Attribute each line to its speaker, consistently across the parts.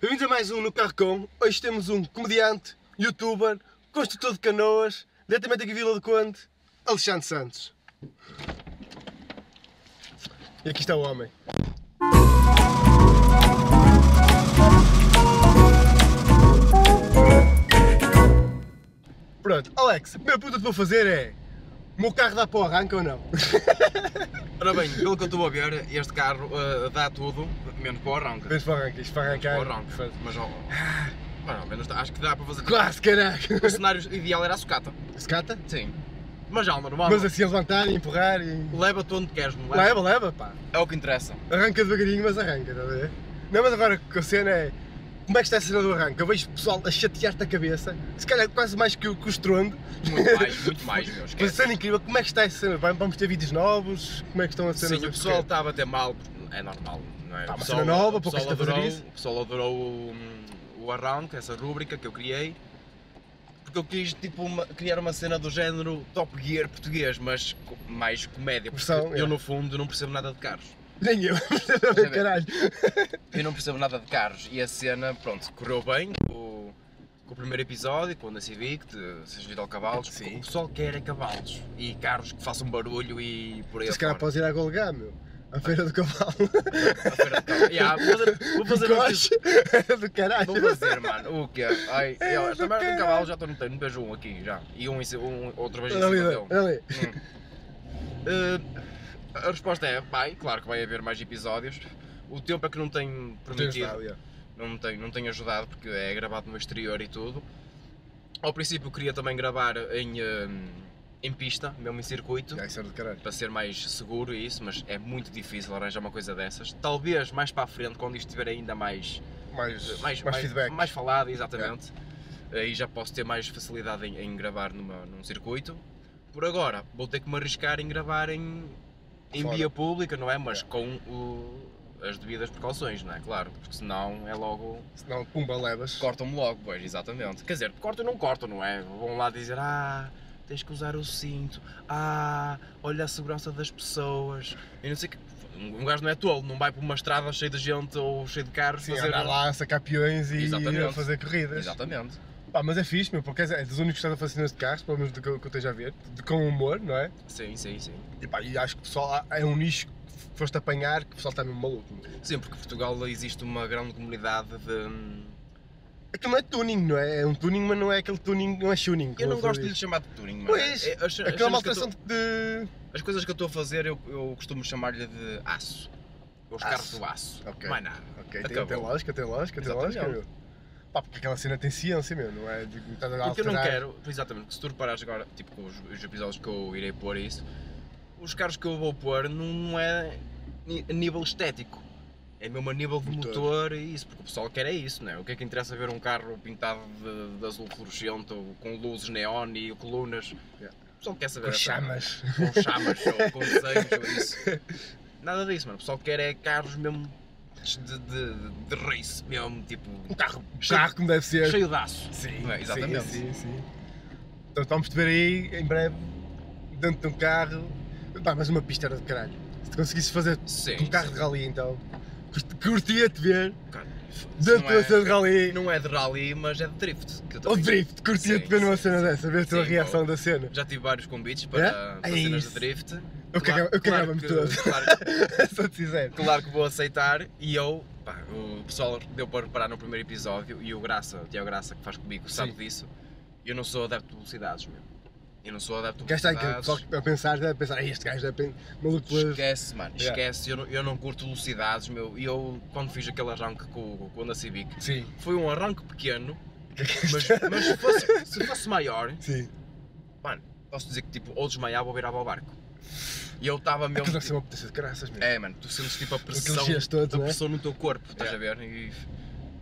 Speaker 1: Bem-vindos a mais um No Carro Com. Hoje temos um comediante, youtuber, construtor de canoas, diretamente aqui de Vila do Conde, Alexandre Santos. E aqui está o homem. Pronto, Alex, a primeira pergunta que vou fazer é: o meu carro dá para o arranque ou não?
Speaker 2: Ora bem, pelo que eu estou a ver, este carro eh, dá tudo, menos para o arranque.
Speaker 1: Vês para o arranque, isto para
Speaker 2: Para o
Speaker 1: arrancar.
Speaker 2: arranque,
Speaker 1: faz-
Speaker 2: mas ó, mais ou menos, acho que dá para fazer.
Speaker 1: Quase, caraca!
Speaker 2: O cenário ideal era a sucata.
Speaker 1: Se cata?
Speaker 2: Sim. Mas já, normal.
Speaker 1: Mas assim a levantar e empurrar e.
Speaker 2: Leva-te onde queres, não leva?
Speaker 1: Leva, leva, pá.
Speaker 2: É o que interessa.
Speaker 1: Arranca devagarinho, mas arranca, estás a ver? Não, mas agora que a cena é. Como é que está a cena do arranque? Eu vejo o pessoal a chatear-te a cabeça, se calhar quase mais que o, que o estrondo.
Speaker 2: Muito mais, muito mais, meu.
Speaker 1: Mas a
Speaker 2: Esquece.
Speaker 1: cena incrível, como é que está essa cena? Vai- Vamos ter vídeos novos? Como é que estão a cena
Speaker 2: Sim, o pessoal estava até mal, porque é normal. Não é?
Speaker 1: Pá,
Speaker 2: o
Speaker 1: uma
Speaker 2: pessoal,
Speaker 1: cena nova,
Speaker 2: o
Speaker 1: pouca
Speaker 2: pessoal
Speaker 1: gente a fazer
Speaker 2: adorou,
Speaker 1: isso.
Speaker 2: O pessoal adorou o, o arranque, essa rúbrica que eu criei. Porque eu quis tipo, uma- criar uma cena do género Top Gear português, mas co- mais comédia. Porque
Speaker 1: Versão,
Speaker 2: eu,
Speaker 1: é.
Speaker 2: no fundo, não percebo nada de carros.
Speaker 1: Nem eu,
Speaker 2: ver.
Speaker 1: é caralho.
Speaker 2: Eu não percebo nada de carros e a cena, pronto, correu bem com, com o primeiro episódio, com o Civic, de Seja Vital Cavalos. porque
Speaker 1: Sim.
Speaker 2: O pessoal quer é cavalos e carros que façam barulho e por aí
Speaker 1: Se calhar
Speaker 2: afora.
Speaker 1: podes ir à Golgá, meu. À feira do cavalo.
Speaker 2: À feira de cavalos. Ya, vou fazer, vou fazer um
Speaker 1: Gosto. é do caralho.
Speaker 2: Vou fazer, um mano. O quê? Ai,
Speaker 1: É,
Speaker 2: eu,
Speaker 1: do
Speaker 2: esta merda de
Speaker 1: caralho.
Speaker 2: cavalo já estou no no beijo um aqui, já. E um, em ci- um outro beijo em
Speaker 1: Olha
Speaker 2: cima
Speaker 1: ali,
Speaker 2: dele.
Speaker 1: olha ali.
Speaker 2: Eh, a resposta é, vai, claro que vai haver mais episódios. O tempo é que não tem permitido, não tem, não tem ajudado, porque é gravado no exterior e tudo. Ao princípio queria também gravar em, eh, em pista, mesmo em circuito,
Speaker 1: Vai ser do caralho.
Speaker 2: para ser mais seguro e isso, mas é muito difícil arranjar uma coisa dessas. Talvez mais para a frente, quando isto estiver ainda mais
Speaker 1: Mais,
Speaker 2: mais, É.
Speaker 1: mais feedback.
Speaker 2: mais falado, exatamente. Aí já posso ter mais facilidade em, em gravar numa- num circuito. Por agora, vou ter que me arriscar em gravar em, em
Speaker 1: Fora.
Speaker 2: via pública, não é? Mas
Speaker 1: É.
Speaker 2: com o- as devidas precauções, não é? Claro, porque senão é logo.
Speaker 1: Senão, pumba, levas.
Speaker 2: Cortam-me logo, pois, exatamente. Quer dizer, cortam ou não cortam, não é? Vão lá dizer, ah, tens que usar o cinto, ah, olha a segurança das pessoas, e não sei o que. Um gajo não é tolo, não vai para uma estrada cheia de gente ou cheio de carros
Speaker 1: Sim,
Speaker 2: fazer. um-
Speaker 1: andar lá, sacar peões e
Speaker 2: Exatamente.
Speaker 1: a fazer corridas.
Speaker 2: Exatamente.
Speaker 1: Pá, mas é fixe, meu, porque és, és dos únicos que estás a fazer cenas de carros, pelo menos do que, eu- que eu esteja a ver, de, com humor, não é?
Speaker 2: Sim, sim, sim.
Speaker 1: E pá, e acho que o pessoal é um nicho que foste apanhar que o pessoal está mesmo maluco. meu.
Speaker 2: Sim, porque em Portugal existe uma grande comunidade de. hum,
Speaker 1: Aquilo não é tuning, não é? É um tuning, mas não é aquele tuning, não é tuning.
Speaker 2: Eu
Speaker 1: como
Speaker 2: não gosto de
Speaker 1: diz.
Speaker 2: lhe chamar de Turing, mas.
Speaker 1: Pois,
Speaker 2: é- as, as
Speaker 1: Aquilo é uma
Speaker 2: cenas que eu
Speaker 1: alteração de.
Speaker 2: tô- as coisas que eu estou a fazer eu, eu costumo chamar-lhe de aço. Os
Speaker 1: Aço.
Speaker 2: carros do aço.
Speaker 1: Ok.
Speaker 2: Não é nada.
Speaker 1: Ok, tem,
Speaker 2: Acabou.
Speaker 1: tem lógica, tem lógica, tem
Speaker 2: Exatamente.
Speaker 1: lógica, meu. Pá, porque aquela cena tem ciência, meu, não é? De, estás a
Speaker 2: Porque eu não
Speaker 1: alterar.
Speaker 2: quero, exatamente, que se tu reparares agora, tipo com os, os episódios que eu irei pôr e isso, os carros que eu vou pôr não é ni- a nível estético. É mesmo a nível de
Speaker 1: Motor.
Speaker 2: motor. e isso, porque o pessoal quer é isso, não é? O que é que interessa ver um carro pintado de, de azul fluorescente ou com luzes neon e colunas?
Speaker 1: Yeah.
Speaker 2: O pessoal quer saber
Speaker 1: Com
Speaker 2: essa-
Speaker 1: chamas.
Speaker 2: com chamas ou com desenhos ou isso. Nada disso, mano. O pessoal quer é carros mesmo de, de, de- de race, mesmo, tipo,
Speaker 1: Um carro, um
Speaker 2: Cheio-
Speaker 1: carro como deve ser.
Speaker 2: cheio de aço.
Speaker 1: Sim,
Speaker 2: Não é? Exatamente.
Speaker 1: Sim, sim, sim. Então vamos te ver aí em breve, dentro de um carro. Pá, mas uma pista era de caralho. Se te conseguisses fazer
Speaker 2: Sim.
Speaker 1: um carro de
Speaker 2: sim.
Speaker 1: rally então, curti- curtia-te ver
Speaker 2: Cara,
Speaker 1: dentro de
Speaker 2: não
Speaker 1: uma
Speaker 2: é-
Speaker 1: cena de rally.
Speaker 2: Não é de rally, mas é de drift. que eu
Speaker 1: Ou
Speaker 2: também-
Speaker 1: Oh, drift, curtia-te
Speaker 2: Sim,
Speaker 1: ver numa
Speaker 2: sim,
Speaker 1: cena
Speaker 2: sim.
Speaker 1: dessa, ver a tua
Speaker 2: Sim,
Speaker 1: reação
Speaker 2: bom.
Speaker 1: da cena.
Speaker 2: Já tive vários convites para,
Speaker 1: É?
Speaker 2: para
Speaker 1: É
Speaker 2: cenas
Speaker 1: isso.
Speaker 2: de drift.
Speaker 1: Eu
Speaker 2: Claro-
Speaker 1: cagava- eu cagava-me
Speaker 2: que-
Speaker 1: todo.
Speaker 2: Claro,
Speaker 1: Só te fizer.
Speaker 2: claro que vou aceitar e eu, pá, o pessoal deu para reparar no primeiro episódio e o Graça, o Tiago Graça que faz comigo, sabe
Speaker 1: Sim.
Speaker 2: disso. Eu não sou adepto de velocidades, meu. Eu não sou adepto
Speaker 1: O
Speaker 2: de
Speaker 1: gajo está aqui, o
Speaker 2: velocidades.
Speaker 1: pessoal que a pensar deve pensar, "Ei, este gajo deve pen- maluco pelas.
Speaker 2: Esquece, mano,
Speaker 1: Yeah.
Speaker 2: esquece. Eu não, eu não curto velocidades, meu. E eu, quando fiz aquele arranque com, com a Civic,
Speaker 1: Sim.
Speaker 2: foi um arranque pequeno, mas, mas se, fosse, se fosse maior,
Speaker 1: Sim.
Speaker 2: posso dizer que tipo, ou desmaiava ou virava ao barco. E eu estava mesmo.
Speaker 1: Aquilo deve ser
Speaker 2: tipo-
Speaker 1: uma potência de graças, mesmo.
Speaker 2: É, mano, tu sentes tipo a pressão,
Speaker 1: dias todos,
Speaker 2: a
Speaker 1: não é?
Speaker 2: pressão no teu corpo, estás a ver? E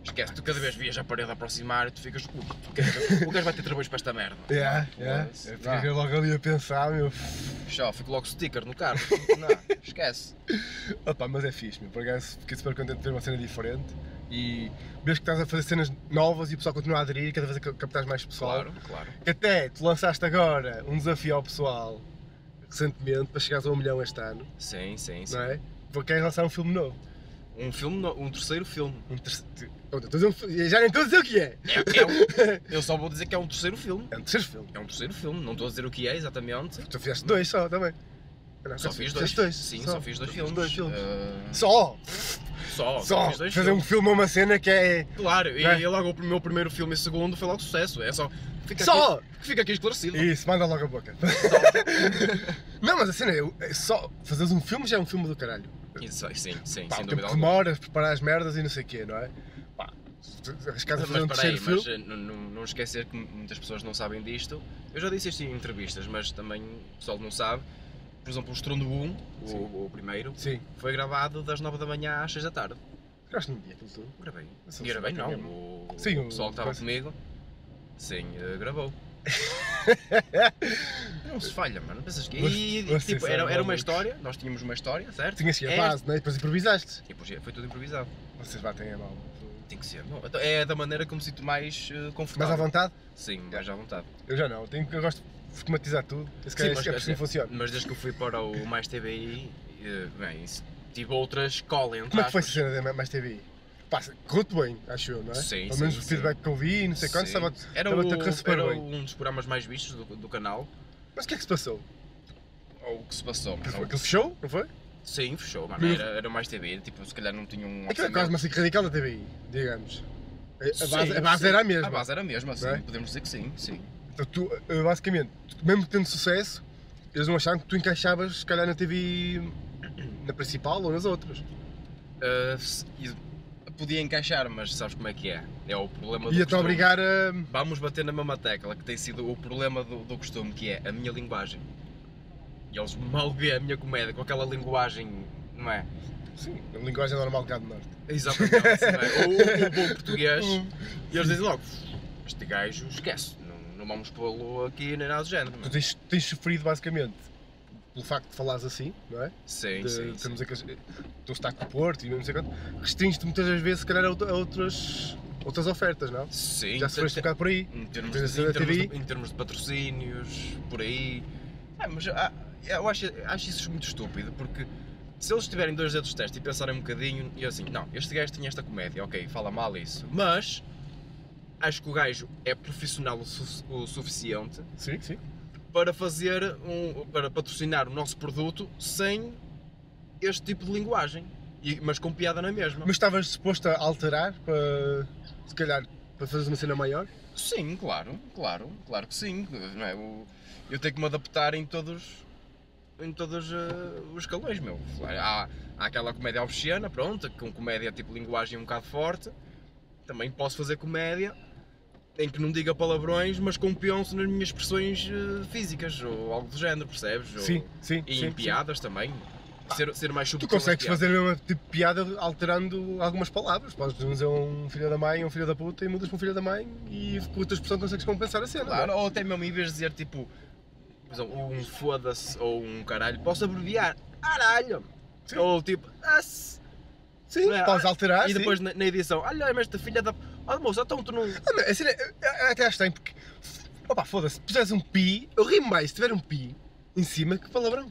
Speaker 2: esquece, tu cada vez vias a parede a aproximar e tu ficas. "Ui, o gajo- O gajo vai ter trabalhos para esta merda.
Speaker 1: Yeah, yeah.
Speaker 2: Foda-se.
Speaker 1: Eu fiquei logo ali a pensar, meu,
Speaker 2: Já, fico logo sticker no carro. Não, esquece.
Speaker 1: Opa, mas é fixe, meu. Por acaso fiquei super contente de ver uma cena diferente e vês que estás a fazer cenas novas e o pessoal continua a aderir e cada vez a ca- captares mais pessoal.
Speaker 2: Claro, claro.
Speaker 1: Que Até tu lançaste agora um desafio ao pessoal recentemente para chegares a um milhão este ano, é?
Speaker 2: Sim, sim, sim.
Speaker 1: não é? Porque queres lançar um filme novo.
Speaker 2: Um filme, no- um terceiro filme.
Speaker 1: Um terce- tu- Pronto, eu tô a dizer um fi- já nem estou a dizer o que é.
Speaker 2: É- é um- eu só vou dizer que é um terceiro filme.
Speaker 1: É um terceiro filme.
Speaker 2: É um terceiro filme, não estou a dizer o que é exatamente.
Speaker 1: Tu fizeste dois só também. Não,
Speaker 2: Só
Speaker 1: tu
Speaker 2: fiz
Speaker 1: fizeste
Speaker 2: dois. Sim, só, fiz dois filmes.
Speaker 1: Dois filmes.
Speaker 2: Ah,
Speaker 1: Só!
Speaker 2: só, só
Speaker 1: Só!
Speaker 2: fiz dois
Speaker 1: Fazer um
Speaker 2: filmes.
Speaker 1: filme é uma cena que é.
Speaker 2: Claro, e,
Speaker 1: Não é?
Speaker 2: e logo o meu primeiro filme e segundo foi logo sucesso. É só. Fica
Speaker 1: Só!
Speaker 2: Aqui, fica aqui esclarecido.
Speaker 1: Isso, manda logo a boca. não, mas a cena é, é só. Fazeres um filme já é um filme do caralho.
Speaker 2: Isso, sim, sim,
Speaker 1: Pá,
Speaker 2: sem
Speaker 1: o tempo
Speaker 2: dúvida
Speaker 1: que
Speaker 2: alguma.
Speaker 1: demoras, preparar as merdas e não sei o quê, não é? Pá, se tu arriscas a fazer um
Speaker 2: Mas peraí,
Speaker 1: terceiro
Speaker 2: mas
Speaker 1: filme.
Speaker 2: eh, não, não- não esquecer que muitas pessoas não sabem disto. Eu já disse isto em entrevistas, mas também o pessoal não sabe. Por exemplo, o Estrondo 1,
Speaker 1: Sim.
Speaker 2: o, o primeiro,
Speaker 1: Sim,
Speaker 2: foi gravado das 9 da manhã às 6 da tarde.
Speaker 1: gosto de dia aquilo tudo.
Speaker 2: Gravei.
Speaker 1: Mas
Speaker 2: E gravei
Speaker 1: sim,
Speaker 2: não,
Speaker 1: mesmo.
Speaker 2: o,
Speaker 1: Sim,
Speaker 2: o
Speaker 1: o-
Speaker 2: pessoal que estava
Speaker 1: coisa.
Speaker 2: comigo, sim, eh, gravou. não se falha, mano, pensas que...
Speaker 1: Mas-
Speaker 2: E,
Speaker 1: mas
Speaker 2: tipo,
Speaker 1: sim,
Speaker 2: era,
Speaker 1: são
Speaker 2: era uma
Speaker 1: malucos.
Speaker 2: história, nós tínhamos uma história, certo?
Speaker 1: Tinhas que ir
Speaker 2: É.
Speaker 1: a base, né? E depois improvisaste.
Speaker 2: E, pois, Tipo, foi tudo improvisado.
Speaker 1: Vocês batem a mão.
Speaker 2: Tem que ser, não? Então, É da maneira que eu me sinto mais eh,
Speaker 1: Mais à
Speaker 2: confortável.
Speaker 1: vontade?
Speaker 2: Sim, mais à vontade.
Speaker 1: Eu já não, tenho, eu gosto de esquematizar tudo. Esse cara
Speaker 2: Sim, mas
Speaker 1: é assim
Speaker 2: quer dizer-
Speaker 1: que funciona.
Speaker 2: Mas desde que eu fui para o Mais TBI, eh, bem, isso- tive outra escola, entre
Speaker 1: Como é que foi essa
Speaker 2: aspas.
Speaker 1: cena da Mais TV? Pá, correu-te bem, acho eu, não é?
Speaker 2: Sim,
Speaker 1: Pelo
Speaker 2: sim,
Speaker 1: menos o
Speaker 2: sim.
Speaker 1: feedback que eu vi, não sei quanto,
Speaker 2: Sim.
Speaker 1: estava...
Speaker 2: Era,
Speaker 1: estava-te a
Speaker 2: o-
Speaker 1: correr super
Speaker 2: era
Speaker 1: bem.
Speaker 2: um dos programas mais vistos do, do canal.
Speaker 1: Mas o que é que se passou?
Speaker 2: Ou o que se passou.
Speaker 1: Aquilo foi-
Speaker 2: Não,
Speaker 1: Aquilo fechou, não foi?
Speaker 2: Sim, fechou, mano.
Speaker 1: Mas-
Speaker 2: Era, era mais TV, tipo, se calhar não tinha um.
Speaker 1: Aquilo é quase uma seca radical da TVI, digamos. A- A
Speaker 2: Sim,
Speaker 1: base, a base
Speaker 2: sim.
Speaker 1: era a mesma.
Speaker 2: A base era a mesma, sim.
Speaker 1: Não é?
Speaker 2: Podemos dizer que sim, sim.
Speaker 1: Então, tu, eh, basicamente, tu- mesmo tendo sucesso, eles não acharam que tu encaixavas, se calhar, na TV na principal ou nas outras.
Speaker 2: Ah, se- e- podia encaixar, mas sabes como é que é? É o problema do
Speaker 1: Ia-te
Speaker 2: costume.
Speaker 1: obrigar a...
Speaker 2: Vamos bater na mesma tecla que tem sido o problema do, do costume, que é a minha linguagem. E eles mal vê a minha comédia com aquela linguagem, não é?
Speaker 1: Sim, a linguagem normal cá do Norte.
Speaker 2: Exatamente, não é? o, o bom português.
Speaker 1: Hum. Um.
Speaker 2: E eles dizem logo, este gajo esquece, não, não vamos pô-lo aqui nem nada do género. é?"
Speaker 1: Tu
Speaker 2: Mas...
Speaker 1: tens, tens sofrido, basicamente, pelo facto de falares assim, não é?
Speaker 2: Sim,
Speaker 1: de
Speaker 2: sim, sim.
Speaker 1: termos aqueles. Teu sotaque do Porto e não sei quanto. Restringes-te muitas das vezes, se calhar, a outra- a outras, outras ofertas, não?
Speaker 2: Sim,
Speaker 1: Já se foste um
Speaker 2: te-
Speaker 1: bocado por aí.
Speaker 2: em
Speaker 1: Tens a
Speaker 2: termos, de, em,
Speaker 1: cena da
Speaker 2: termos de,
Speaker 1: TV?
Speaker 2: em termos de patrocínios, por aí. Ah, mas ah, eu acho, acho isso muito estúpido, porque se eles tiverem dois dedos de teste e pensarem um bocadinho, e eu assim, não, este gajo tinha esta comédia, ok, fala mal isso, mas acho que o gajo é profissional o, su- o suficiente
Speaker 1: Sim, sim.
Speaker 2: para fazer um, para patrocinar o nosso produto sem este tipo de linguagem, e- mas com piada na mesma.
Speaker 1: Mas estavas disposto a alterar para. Se calhar, para fazeres uma cena maior?
Speaker 2: Sim, claro, claro, claro que sim. Não é? O- eu tenho que me adaptar em todos, em todos eh, os escalões, meu. Há, há aquela comédia obscena, pronto, com comédia tipo linguagem um bocado forte. Também posso fazer comédia em que não diga palavrões, mas compenso nas minhas expressões eh, físicas ou algo do género, percebes? Ou-
Speaker 1: Sim, sim.
Speaker 2: E
Speaker 1: sim,
Speaker 2: em
Speaker 1: sim.
Speaker 2: piadas também. Ser, ser mais
Speaker 1: Tu
Speaker 2: subtil nas
Speaker 1: consegues
Speaker 2: piadas.
Speaker 1: fazer mesmo tipo de piada alterando algumas palavras. Podes dizer um filho da mãe, um filho da puta e mudas para um filho da mãe e com a tua expressão consegues compensar a cena. é?
Speaker 2: Claro, ou até mesmo em vez de dizer tipo, por exemplo, um foda-se ou um caralho, posso abreviar caralho.
Speaker 1: Sim.
Speaker 2: Ou tipo, ass.
Speaker 1: Sim,
Speaker 2: Não é?
Speaker 1: podes alterar.
Speaker 2: e
Speaker 1: sim.
Speaker 2: depois na, na edição, olha, mas esta filha da. Oh, moça, então tu não.
Speaker 1: Ah, não, a cena, eu- eu até acho bem, porque. Opa, foda-se, se puseres um pi, eu rimo mais se tiver um pi em cima que palavrão.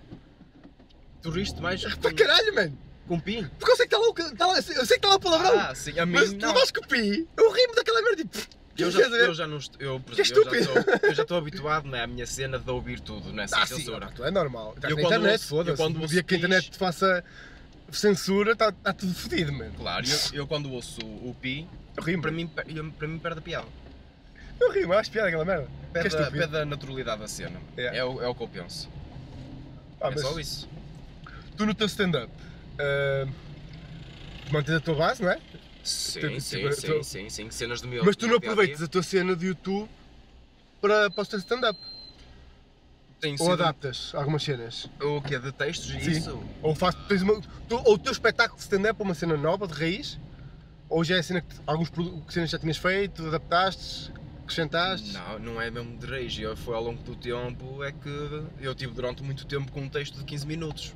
Speaker 2: Tu riste mais
Speaker 1: Para
Speaker 2: com,
Speaker 1: caralho, mano!
Speaker 2: com pin?
Speaker 1: Porque eu sei que está lá, o que- tá lá- eu sei que está lá o palavrão!
Speaker 2: Ah, sim, a mim
Speaker 1: mas tu
Speaker 2: não.
Speaker 1: levas com o pi, eu rimo daquela merda e. pff,
Speaker 2: Eu já,
Speaker 1: estás a ver?
Speaker 2: eu já não estou. Eu, por
Speaker 1: Que
Speaker 2: exemplo, eu já
Speaker 1: estúpido.
Speaker 2: estou- eu já estou habituado não é, à minha cena de ouvir tudo, não é? Sem
Speaker 1: Ah, sim,
Speaker 2: censura.
Speaker 1: opa, tu é normal. Estás
Speaker 2: Eu
Speaker 1: na
Speaker 2: quando
Speaker 1: internet,
Speaker 2: ouço- eu
Speaker 1: foda-se.
Speaker 2: quando
Speaker 1: No
Speaker 2: ouço
Speaker 1: dia que a
Speaker 2: pis-
Speaker 1: internet te faça censura, está tá tudo fodido, mano.
Speaker 2: Claro, eu, eu quando ouço o, o pi,
Speaker 1: Eu rimo,
Speaker 2: para mim, per- eu- para mim perde a piada.
Speaker 1: eu rimo, acho piada aquela merda. Que
Speaker 2: Perde, a-
Speaker 1: estúpido.
Speaker 2: perde a naturalidade da cena.
Speaker 1: É.
Speaker 2: É, o, é o que eu penso.
Speaker 1: Ah,
Speaker 2: é
Speaker 1: mas
Speaker 2: só isso.
Speaker 1: tu no teu stand-up. ah, Mantens a tua base, não é?
Speaker 2: Sim,
Speaker 1: Teve-
Speaker 2: sim,
Speaker 1: tive-
Speaker 2: sim,
Speaker 1: tu-
Speaker 2: sim, sim, cenas do meu.
Speaker 1: Mas tu
Speaker 2: do
Speaker 1: não
Speaker 2: meu dia a dia.
Speaker 1: aproveitas a tua cena de YouTube para, para o teu stand-up.
Speaker 2: Tem
Speaker 1: Ou
Speaker 2: sido-
Speaker 1: adaptas algumas cenas.
Speaker 2: O que é de textos e
Speaker 1: Sim.
Speaker 2: isso?
Speaker 1: Ou, faz, tens uma- tu- ou o teu espetáculo de stand-up é uma cena nova, de raiz. Ou já é cena que alguns produ- que cenas já tinhas feito, adaptaste, acrescentaste.
Speaker 2: Não, não é mesmo de raiz. Eu- Foi ao longo do tempo é que eu tive durante muito tempo com um texto de 15 minutos.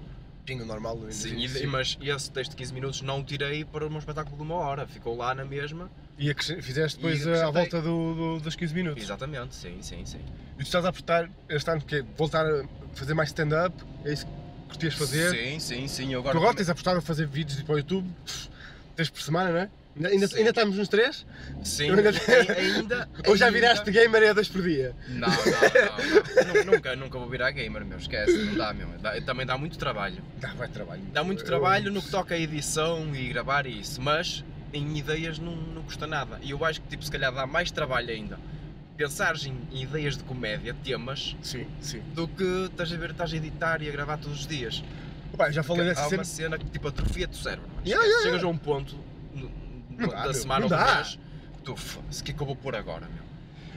Speaker 1: Pinga normal. não é?
Speaker 2: Sim, e- mas esse texto de 15 minutos não o tirei para um espetáculo de uma hora. Ficou lá na mesma.
Speaker 1: E acres- fizeste depois
Speaker 2: E
Speaker 1: eh, à volta
Speaker 2: acrescentei.
Speaker 1: do- do- dos 15 minutos.
Speaker 2: Exatamente, sim, sim, sim.
Speaker 1: E tu estás a apostar este ano que é voltar a fazer mais stand-up, é isso que curtias fazer.
Speaker 2: Sim, sim, sim. Eu
Speaker 1: Tu
Speaker 2: agora
Speaker 1: agora
Speaker 2: também-
Speaker 1: tipo, tens apostado a fazer vídeos para o YouTube, pff, três por semana, não é? Ainda, ainda,
Speaker 2: Sim.
Speaker 1: ainda estamos nos três?
Speaker 2: Sim,
Speaker 1: Eu ainda-
Speaker 2: ainda.
Speaker 1: Ou já
Speaker 2: ainda-
Speaker 1: viraste gamer a dois por dia?
Speaker 2: Não, não, não, não. Nu- Nunca, nunca vou virar gamer, meu. Esquece, não dá, meu. Dá- também dá muito trabalho.
Speaker 1: Dá muito trabalho.
Speaker 2: Dá muito
Speaker 1: Eu-
Speaker 2: trabalho no que toca a edição e gravar e isso, mas em ideias não, não custa nada. E eu acho que, tipo, se calhar dá mais trabalho ainda pensares em, em ideias de comédia, temas,
Speaker 1: Sim, sim.
Speaker 2: do que estás a ver, estás a editar e a gravar todos os dias.
Speaker 1: Pá, eu já falei
Speaker 2: Porque
Speaker 1: dessa
Speaker 2: Há
Speaker 1: cena.
Speaker 2: uma cena que, tipo, atrofia do cérebro. mano.
Speaker 1: Yeah,
Speaker 2: Esquece.
Speaker 1: yeah,
Speaker 2: Chegas a um ponto no-
Speaker 1: Não
Speaker 2: no-
Speaker 1: dá,
Speaker 2: da
Speaker 1: meu.
Speaker 2: semana
Speaker 1: Não
Speaker 2: ou do
Speaker 1: dá.
Speaker 2: mês que tu, foda-se, o que é que eu vou pôr agora, meu?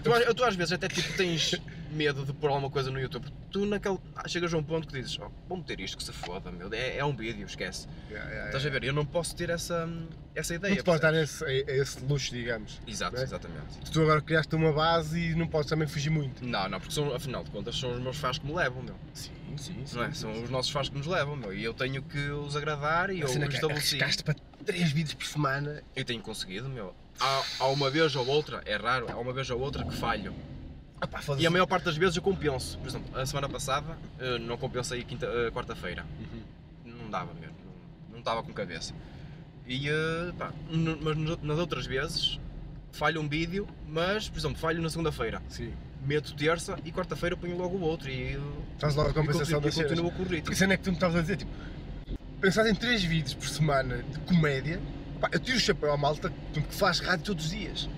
Speaker 2: Tu, às- tu às vezes até tipo, tens medo de pôr alguma coisa no YouTube. Tu naquele, ah, chegas a um ponto que dizes, oh, vou meter isto que se foda, meu. É, é um vídeo, esquece.
Speaker 1: Yeah, yeah,
Speaker 2: Estás a
Speaker 1: yeah.
Speaker 2: ver? Eu não posso ter essa, essa ideia.
Speaker 1: Não te podes
Speaker 2: percebes?
Speaker 1: dar esse, a- a esse luxo, digamos.
Speaker 2: Exato,
Speaker 1: né?
Speaker 2: exatamente.
Speaker 1: Tu agora criaste uma base e não podes também fugir muito.
Speaker 2: Não, não, porque são, afinal de contas são os meus fãs que me levam, meu.
Speaker 1: Sim, sim,
Speaker 2: Não é? São os nossos fãs que nos levam, meu. E eu tenho que os agradar e eu
Speaker 1: Assim,
Speaker 2: estabeleci.
Speaker 1: arriscaste para 3 vídeos por semana.
Speaker 2: Eu tenho conseguido, meu. Há, há uma vez ou outra, é raro, há uma vez ou outra que falho.
Speaker 1: Ah pá, foda-se.
Speaker 2: E a maior parte das vezes eu compenso. Por exemplo, a semana passada eh, não compensei a quinta- eh, quarta-feira.
Speaker 1: Uhum.
Speaker 2: Não dava mesmo, não- não estava com cabeça. E, eh, pá, n- mas nas- nas outras vezes falho um vídeo, mas, por exemplo, falho na segunda-feira.
Speaker 1: Sim.
Speaker 2: meto terça e quarta-feira ponho logo o outro e,
Speaker 1: Estás logo a compensação
Speaker 2: e,
Speaker 1: das
Speaker 2: continu- e
Speaker 1: cenas.
Speaker 2: continuo com o
Speaker 1: Porque
Speaker 2: ritmo.
Speaker 1: a cena é que tu me estavas a dizer, tipo, pensar em 3 vídeos por semana de comédia, pá, eu tiro o chapéu à malta tipo, que faz rádio todos os dias.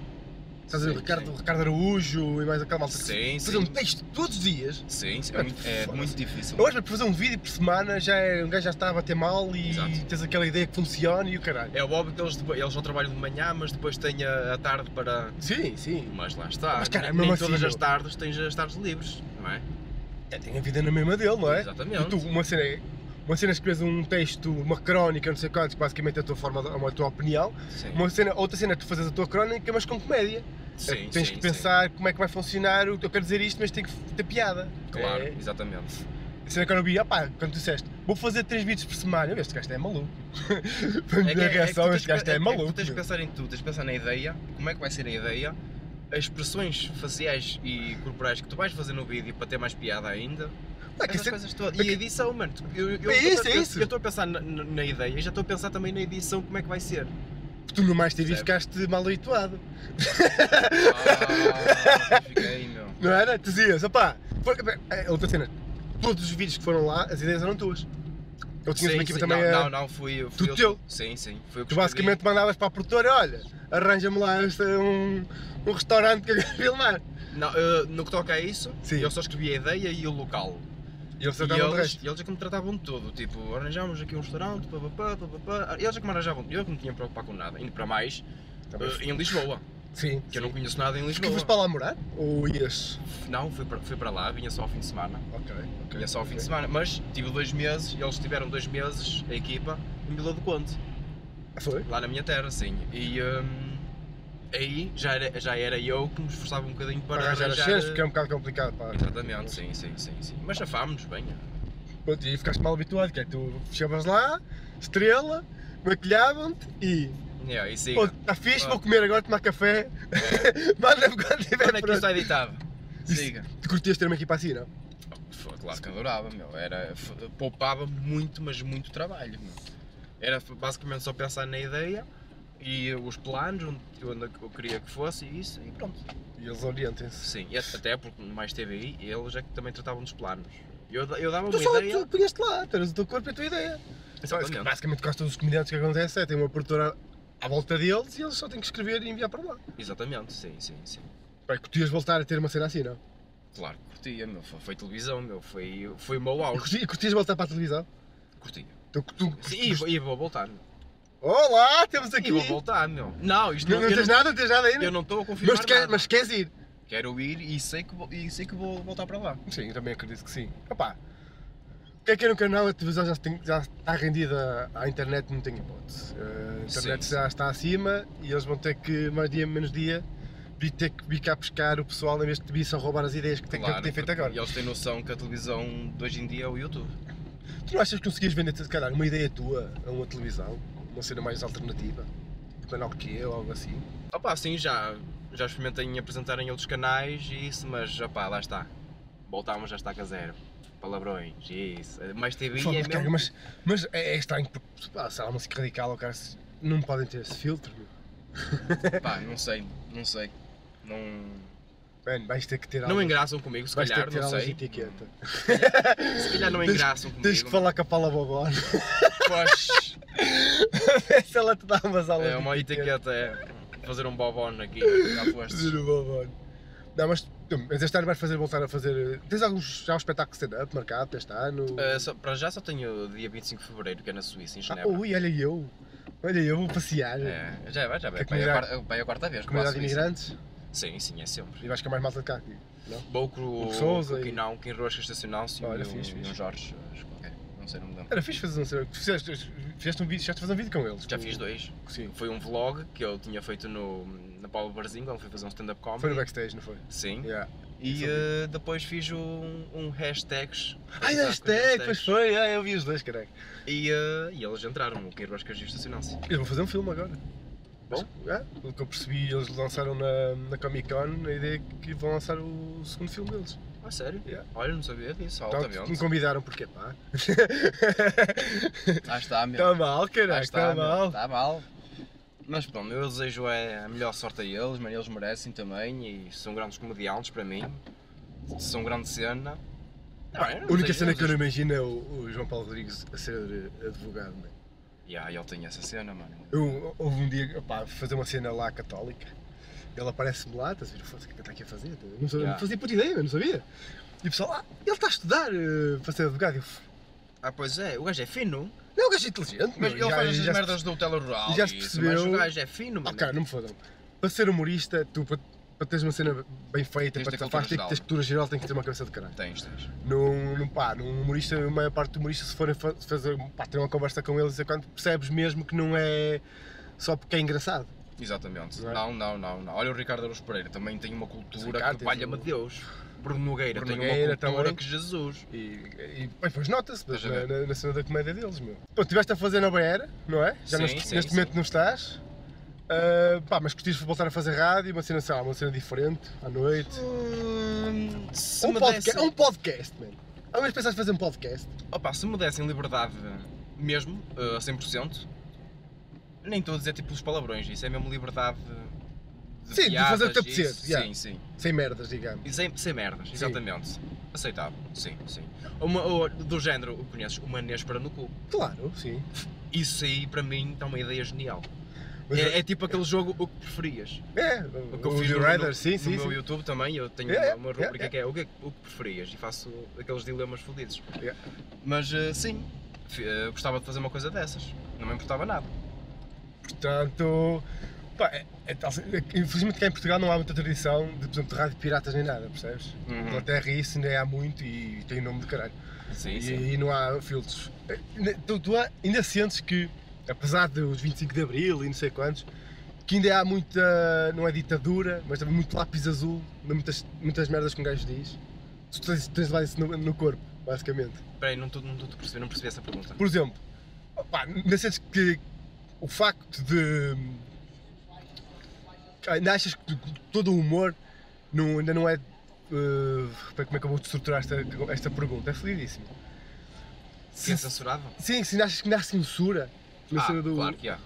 Speaker 1: Estás a ver,
Speaker 2: Sim,
Speaker 1: o Ricardo,
Speaker 2: sim.
Speaker 1: o Ricardo Araújo e mais aquela malta que
Speaker 2: Sim,
Speaker 1: faz um
Speaker 2: sim.
Speaker 1: texto todos os dias.
Speaker 2: Sim, sim,
Speaker 1: Mano,
Speaker 2: é, muito, é
Speaker 1: foda-se.
Speaker 2: muito difícil.
Speaker 1: Eu acho que para fazer um vídeo por semana já é, um gajo já está a bater mal e
Speaker 2: Exato.
Speaker 1: tens aquela ideia que funciona e o caralho.
Speaker 2: É óbvio que eles, depo- eles só trabalham de manhã, mas depois têm a, a tarde para.
Speaker 1: Sim, sim.
Speaker 2: Mas lá está.
Speaker 1: Mas, cara, é
Speaker 2: nem-
Speaker 1: mesmo
Speaker 2: nem
Speaker 1: assim,
Speaker 2: todas as
Speaker 1: meu.
Speaker 2: tardes tens as tardes livres, não é?
Speaker 1: É, tem a vida na mesma dele, não é?
Speaker 2: Exatamente.
Speaker 1: Tu, uma cena é. Uma cena é escreves um texto, uma crónica, não sei quantos, que basicamente é a tua forma, de- a tua opinião.
Speaker 2: Sim.
Speaker 1: Uma cena, outra cena é tu fazes a tua crónica, mas com comédia. É
Speaker 2: Sim,
Speaker 1: que tens
Speaker 2: sim,
Speaker 1: que
Speaker 2: sim.
Speaker 1: pensar como é que vai funcionar, o- eu quero dizer isto, mas tem que ter piada.
Speaker 2: Claro,
Speaker 1: É,
Speaker 2: exatamente.
Speaker 1: a cena que eu não vi, opá, quando tu disseste, vou fazer 3 vídeos por semana, eu, este gajo é maluco. Para
Speaker 2: É
Speaker 1: mim, a reação,
Speaker 2: tu
Speaker 1: este
Speaker 2: tens
Speaker 1: gajo
Speaker 2: que-
Speaker 1: é,
Speaker 2: que
Speaker 1: maluco.
Speaker 2: Tu tens que pensar em tudo, tens que pensar na ideia, como é que vai ser a ideia, as expressões faciais e corporais que tu vais fazer no vídeo para ter mais piada ainda.
Speaker 1: Ah, que
Speaker 2: Essas
Speaker 1: cena-
Speaker 2: coisas todas.
Speaker 1: é
Speaker 2: E
Speaker 1: que-
Speaker 2: a edição, mano. tu- Eu, eu,
Speaker 1: É
Speaker 2: eu-
Speaker 1: isso, é
Speaker 2: eu-
Speaker 1: isso.
Speaker 2: Eu estou a pensar na, na- na ideia e já estou a pensar também na edição, como é que vai ser.
Speaker 1: tu no mais TV
Speaker 2: Percebe?
Speaker 1: ficaste mal habituado.
Speaker 2: Ah, fiquei, meu.
Speaker 1: Não era? Tu dizias, opá, foi- é, outra cena, todos os vídeos que foram lá, as ideias eram tuas. Eu tinha uma equipa
Speaker 2: sim,
Speaker 1: também
Speaker 2: não,
Speaker 1: a-
Speaker 2: não, não, fui,
Speaker 1: Tu
Speaker 2: fui eu-
Speaker 1: teu?
Speaker 2: Sim, sim, foi o que
Speaker 1: Tu
Speaker 2: escrevi.
Speaker 1: basicamente mandavas para a produtora, olha, arranja-me lá este- um, um restaurante que eu quero filmar.
Speaker 2: Não, eh, no que toca a isso,
Speaker 1: Sim.
Speaker 2: eu só escrevi a ideia e o local.
Speaker 1: E eles
Speaker 2: E
Speaker 1: tratavam do
Speaker 2: eles,
Speaker 1: resto.
Speaker 2: e eles é que me tratavam de tudo, tipo, arranjámos aqui um restaurante, papapá, papapá. Eles é que me arranjavam, eu é que não tinha que preocupar com nada, ainda para mais
Speaker 1: Também-
Speaker 2: eh, em Lisboa,
Speaker 1: Sim.
Speaker 2: que eu não conheço nada em
Speaker 1: Mas que
Speaker 2: Lisboa.
Speaker 1: foste para lá morar? Ou ias?
Speaker 2: Não, fui para, fui para lá, vinha só ao fim de semana.
Speaker 1: Ok, ok.
Speaker 2: Tinha é só o fim de
Speaker 1: ok.
Speaker 2: semana, mas tive dois meses, eles tiveram dois meses, a equipa, em Vila do Conde,
Speaker 1: Foi?
Speaker 2: lá na minha terra, sim. E hum, aí já era, já era eu que me esforçava um bocadinho para
Speaker 1: Para arranjar as cenas, porque é um bocado complicado. Pá.
Speaker 2: Exatamente, sim, sim, sim, sim. Mas chafámos-nos bem.
Speaker 1: Pronto, e ficaste mal habituado, que é tu chegavas lá, estrela, maquilhavam-te e.
Speaker 2: Yeah, É, e siga.
Speaker 1: Pô, está fixe,
Speaker 2: Pá.
Speaker 1: vou comer agora, tomar café. Manda-me quando
Speaker 2: Quando é
Speaker 1: tiver
Speaker 2: que isto
Speaker 1: pronto.
Speaker 2: está editado?
Speaker 1: Isso-
Speaker 2: Siga.
Speaker 1: Tu curtias ter uma equipa assim, não?
Speaker 2: Foi, claro que adorava, meu. Era, f- poupava muito, mas muito trabalho. Meu. Era f- basicamente só pensar na ideia e os planos, onde, onde eu queria que fosse e isso, e pronto.
Speaker 1: E eles orientem-se.
Speaker 2: Sim, e at- até porque no mais TVI eles é que também tratavam dos planos. Eu, da- eu dava uma
Speaker 1: Tu Então só
Speaker 2: ideia.
Speaker 1: tu punhas-te lá, tens o teu corpo e a tua ideia. Então, é
Speaker 2: Exatamente.
Speaker 1: Basicamente, quase todos os comediantes o que acontece é tem uma produtora à volta deles e eles só têm que escrever e enviar para lá.
Speaker 2: Exatamente, sim, sim, sim.
Speaker 1: Pá, curtias voltar a ter uma cena assim, não?
Speaker 2: Claro que curtia, meu. Foi, foi televisão, meu. Foi, foi o meu
Speaker 1: E
Speaker 2: auge.
Speaker 1: curti- e curtias voltar para a televisão?
Speaker 2: Curtia.
Speaker 1: Tu, tu,
Speaker 2: Sim, e, vou- e vou voltar, meu.
Speaker 1: Olá, temos
Speaker 2: E
Speaker 1: aqui. um-
Speaker 2: vou voltar, meu. Não, isto
Speaker 1: Não,
Speaker 2: não,
Speaker 1: não
Speaker 2: eu
Speaker 1: tens
Speaker 2: não-
Speaker 1: nada, não tens nada ainda.
Speaker 2: eu não estou a confirmar.
Speaker 1: Mas, quer,
Speaker 2: nada.
Speaker 1: mas queres ir?
Speaker 2: Quero ir e sei, que vou, e sei que vou voltar para lá.
Speaker 1: Sim, eu também acredito que sim. Opá, quem quer um canal, a televisão já, se tem- já está rendida à internet, não tem hipótese. Eh, A internet
Speaker 2: Sim.
Speaker 1: já está acima e eles vão ter que, mais dia menos dia, vir ter que vir cá buscar o pessoal em vez de vir só roubar as ideias que têm, que têm feito
Speaker 2: porque
Speaker 1: agora.
Speaker 2: Eles têm noção que a televisão de hoje em dia é o YouTube.
Speaker 1: Tu não achas que conseguias vender, se calhar, uma ideia tua a uma televisão? Uma cena mais alternativa? Um canal que eu, algo assim?
Speaker 2: Opa, sim, já, já experimentei em apresentar em outros canais e isso, mas opá, lá está. Voltámos já está a zero. Palavrões, isso. Mais TV
Speaker 1: Foda,
Speaker 2: é
Speaker 1: cara,
Speaker 2: mesmo.
Speaker 1: mas, mas é, é estranho porque, pá, sei lá, música radical, o cara, se- não podem ter esse filtro. meu.
Speaker 2: Pá, não sei, não sei. Não,
Speaker 1: Mano, vais ter que ter
Speaker 2: não
Speaker 1: aulas-
Speaker 2: engraçam comigo, se
Speaker 1: um- Vais ter
Speaker 2: calhar,
Speaker 1: que um ter
Speaker 2: não
Speaker 1: aulas de
Speaker 2: sei.
Speaker 1: etiqueta.
Speaker 2: Se calhar não
Speaker 1: Tens-
Speaker 2: engraçam comigo.
Speaker 1: Tens que falar com a Paula Bobon.
Speaker 2: Pois,
Speaker 1: Vê se ela te dá umas aulas
Speaker 2: é uma
Speaker 1: de
Speaker 2: etiqueta, é fazer um bobon aqui, já postes.
Speaker 1: Fazer o Bobon. Não, mas, tu- mas este ano vais fazer, voltar a fazer... Tens alguns, já um espetáculo stand-up marcado este ano?
Speaker 2: Ah, só- para já só tenho o dia 25 de Fevereiro, que é na Suíça, em
Speaker 1: ah,
Speaker 2: Genebra.
Speaker 1: ui, olha eu. Olha eu, vou passear.
Speaker 2: É, já vai, já vai.
Speaker 1: Que
Speaker 2: Vai a,
Speaker 1: comunidade-
Speaker 2: quarta, vai a quarta vez que vou à
Speaker 1: Comunidade de
Speaker 2: Suíça.
Speaker 1: imigrantes.
Speaker 2: Sim, sim, é sempre.
Speaker 1: E vais com a mais malta de cá. aqui.
Speaker 2: Vou com
Speaker 1: O
Speaker 2: o
Speaker 1: Sousa
Speaker 2: com o
Speaker 1: e-
Speaker 2: Quinão, Quem Rosca Estacional-se é e
Speaker 1: Olha,
Speaker 2: o
Speaker 1: fixe,
Speaker 2: e o
Speaker 1: fixe.
Speaker 2: Jorge, acho que qualquer, não sei o nome dele.
Speaker 1: Era fixe fazer um... stand-up. Tu Fizeste, fizeste um vídeo, já te fazer um vídeo com eles.
Speaker 2: Já
Speaker 1: com-
Speaker 2: fiz dois.
Speaker 1: Sim.
Speaker 2: Foi um vlog que eu tinha feito no, na Paulo Barzinho, onde fui fazer um stand-up comedy.
Speaker 1: Foi no backstage, não foi?
Speaker 2: Sim.
Speaker 1: Yeah.
Speaker 2: E
Speaker 1: Eu soube.
Speaker 2: eh, depois fiz um, um hashtags.
Speaker 1: Ai,
Speaker 2: Exato,
Speaker 1: hashtag, pois
Speaker 2: hashtags.
Speaker 1: foi. Ah, eu vi os dois, caralho.
Speaker 2: E, eh, e eles entraram, o Queiroz que agiu estacionou-se.
Speaker 1: Eles vão fazer um filme agora.
Speaker 2: Bom.
Speaker 1: Mas, é, pelo que eu percebi, eles lançaram na, na Comic Con a ideia que vão lançar o segundo filme deles.
Speaker 2: Ah, sério?
Speaker 1: Yeah.
Speaker 2: Olha, não sabia disso,
Speaker 1: Então, me
Speaker 2: altamente.
Speaker 1: convidaram porque pá.
Speaker 3: Ah, está, meu.
Speaker 1: Está mal,
Speaker 3: Ah,
Speaker 1: caralho,
Speaker 2: tá,
Speaker 1: está
Speaker 3: meu.
Speaker 1: mal.
Speaker 3: Está mal.
Speaker 2: Mas pronto, eu desejo é a melhor sorte a eles, mas eles merecem também e são grandes comediantes para mim. São grande cena. Não, eu não
Speaker 1: A única
Speaker 2: desejo-
Speaker 1: cena que eu não
Speaker 2: desejo-
Speaker 1: imagino é o, o João Paulo Rodrigues a ser eh, advogado, mano.
Speaker 2: Yeah, ele tem essa cena, mano.
Speaker 1: Eu, houve um dia, pá, fazer uma cena lá católica, ele aparece-me lá, estás a ver, foda-se, o que é que ele está aqui a fazer? Não, sabia,
Speaker 2: Yeah.
Speaker 1: não fazia puta ideia, mano, não sabia. E o pessoal, ah, ele está a estudar eh, para ser advogado. Eu,
Speaker 2: Ah, pois é, o gajo é fino.
Speaker 1: não, o gajo é inteligente,
Speaker 2: Mas
Speaker 1: meu,
Speaker 2: ele
Speaker 1: já-
Speaker 2: faz
Speaker 1: já
Speaker 2: estas
Speaker 1: se-
Speaker 2: merdas do tele rural.
Speaker 1: e já se
Speaker 2: e isso, Mas o
Speaker 1: percebeu-
Speaker 2: gajo é fino,
Speaker 1: Ah,
Speaker 2: mano.
Speaker 1: cara, não me fodam. Para ser humorista, tu para, para teres uma cena bem feita, para
Speaker 2: Tens de ter
Speaker 1: te
Speaker 2: cultura
Speaker 1: faz ter que
Speaker 2: geral.
Speaker 1: teres cultura geral, tem que ter uma cabeça de caralho.
Speaker 2: Tens, tens.
Speaker 1: Num, num, pá, num humorista, a maior parte do humorista, se forem fa- fazer, pá, ter uma conversa com ele, dizer quando percebes mesmo que não é só porque é engraçado.
Speaker 2: Exatamente.
Speaker 1: Não é?
Speaker 2: Não, não, não, não. Olha o Ricardo Araújo Pereira, também tem uma cultura
Speaker 1: Ricardo,
Speaker 2: que valha-me
Speaker 1: tens o-
Speaker 2: Deus. Bruno Nogueira
Speaker 1: Bruno
Speaker 2: tem
Speaker 1: Nogueira
Speaker 2: uma cultura
Speaker 1: também.
Speaker 2: que Jesus.
Speaker 1: E, e bem, pois nota-se mas
Speaker 2: Estás a
Speaker 1: na, na, na cena da comédia deles, meu. Pô, estiveste a fazer Nova Era, não é? Já
Speaker 2: Sim,
Speaker 1: neste,
Speaker 2: sim,
Speaker 1: neste
Speaker 2: sim.
Speaker 1: momento não estás. Ah, pá, mas curtiste voltar a fazer rádio, uma cena, sei lá, uma cena diferente, à noite.
Speaker 2: Hum, se,
Speaker 1: Um,
Speaker 2: me
Speaker 1: podca
Speaker 2: dessem,
Speaker 1: um podcast, mano. Ao menos pensaste fazer um podcast.
Speaker 2: Opa, se me dessem liberdade mesmo, eh, a 100%, nem estou a dizer tipo os palavrões, isso é mesmo liberdade de
Speaker 1: Sim, de fazer o que te
Speaker 2: piadas, isso.
Speaker 1: apetecer, yeah.
Speaker 2: Sim, sim.
Speaker 1: Sem merdas, digamos.
Speaker 2: E sem, sem merdas,
Speaker 1: Sim.
Speaker 2: exatamente. Aceitável, sim, sim. Uma, ou, do género, conheces uma néspera no cu.
Speaker 1: Claro, sim.
Speaker 2: Isso aí para mim dá uma ideia genial.
Speaker 1: Mas
Speaker 2: É, é tipo aquele jogo o que preferias.
Speaker 1: É,
Speaker 2: O
Speaker 1: o
Speaker 2: que eu
Speaker 1: Will
Speaker 2: fiz no,
Speaker 1: Rider,
Speaker 2: no-
Speaker 1: sim,
Speaker 2: no
Speaker 1: sim,
Speaker 2: meu
Speaker 1: sim.
Speaker 2: YouTube também, eu tenho
Speaker 1: Yeah,
Speaker 2: uma, uma
Speaker 1: yeah,
Speaker 2: rubrica que é o que, é que- o que preferias e faço aqueles dilemas fodidos.
Speaker 1: Yeah.
Speaker 2: Mas eh, sim, fi- eh, gostava de fazer uma coisa dessas, não me importava nada.
Speaker 1: Portanto, pá, é- é tal- é- infelizmente cá em Portugal não há muita tradição de, por exemplo, de rádio piratas nem nada, percebes? Na
Speaker 2: Hum.
Speaker 1: Inglaterra isso ainda é há muito e tem nome de caralho.
Speaker 2: Sim,
Speaker 1: E
Speaker 2: sim.
Speaker 1: aí não há filtros. É, ainda- Tu, tu há- ainda sentes que, apesar dos 25 de Abril e não sei quantos, que ainda há muita, não é ditadura, mas também muito lápis azul, muitas, muitas merdas que um gajo diz. Tu tens, tens de levar isso no- no corpo, basicamente.
Speaker 2: Espera aí, não estou não estou a perceber, não percebi essa pergunta.
Speaker 1: Por exemplo, opá, não sentes que o facto de. ah, Ainda achas que todo o humor não- ainda não é. eh, como é que eu vou estruturar esta, esta pergunta? É fodidíssimo.
Speaker 2: Se é
Speaker 1: Se-
Speaker 2: censurado?
Speaker 1: Sim, se ainda achas que ainda há censura na
Speaker 2: Ah,
Speaker 1: cena do.
Speaker 2: claro que há.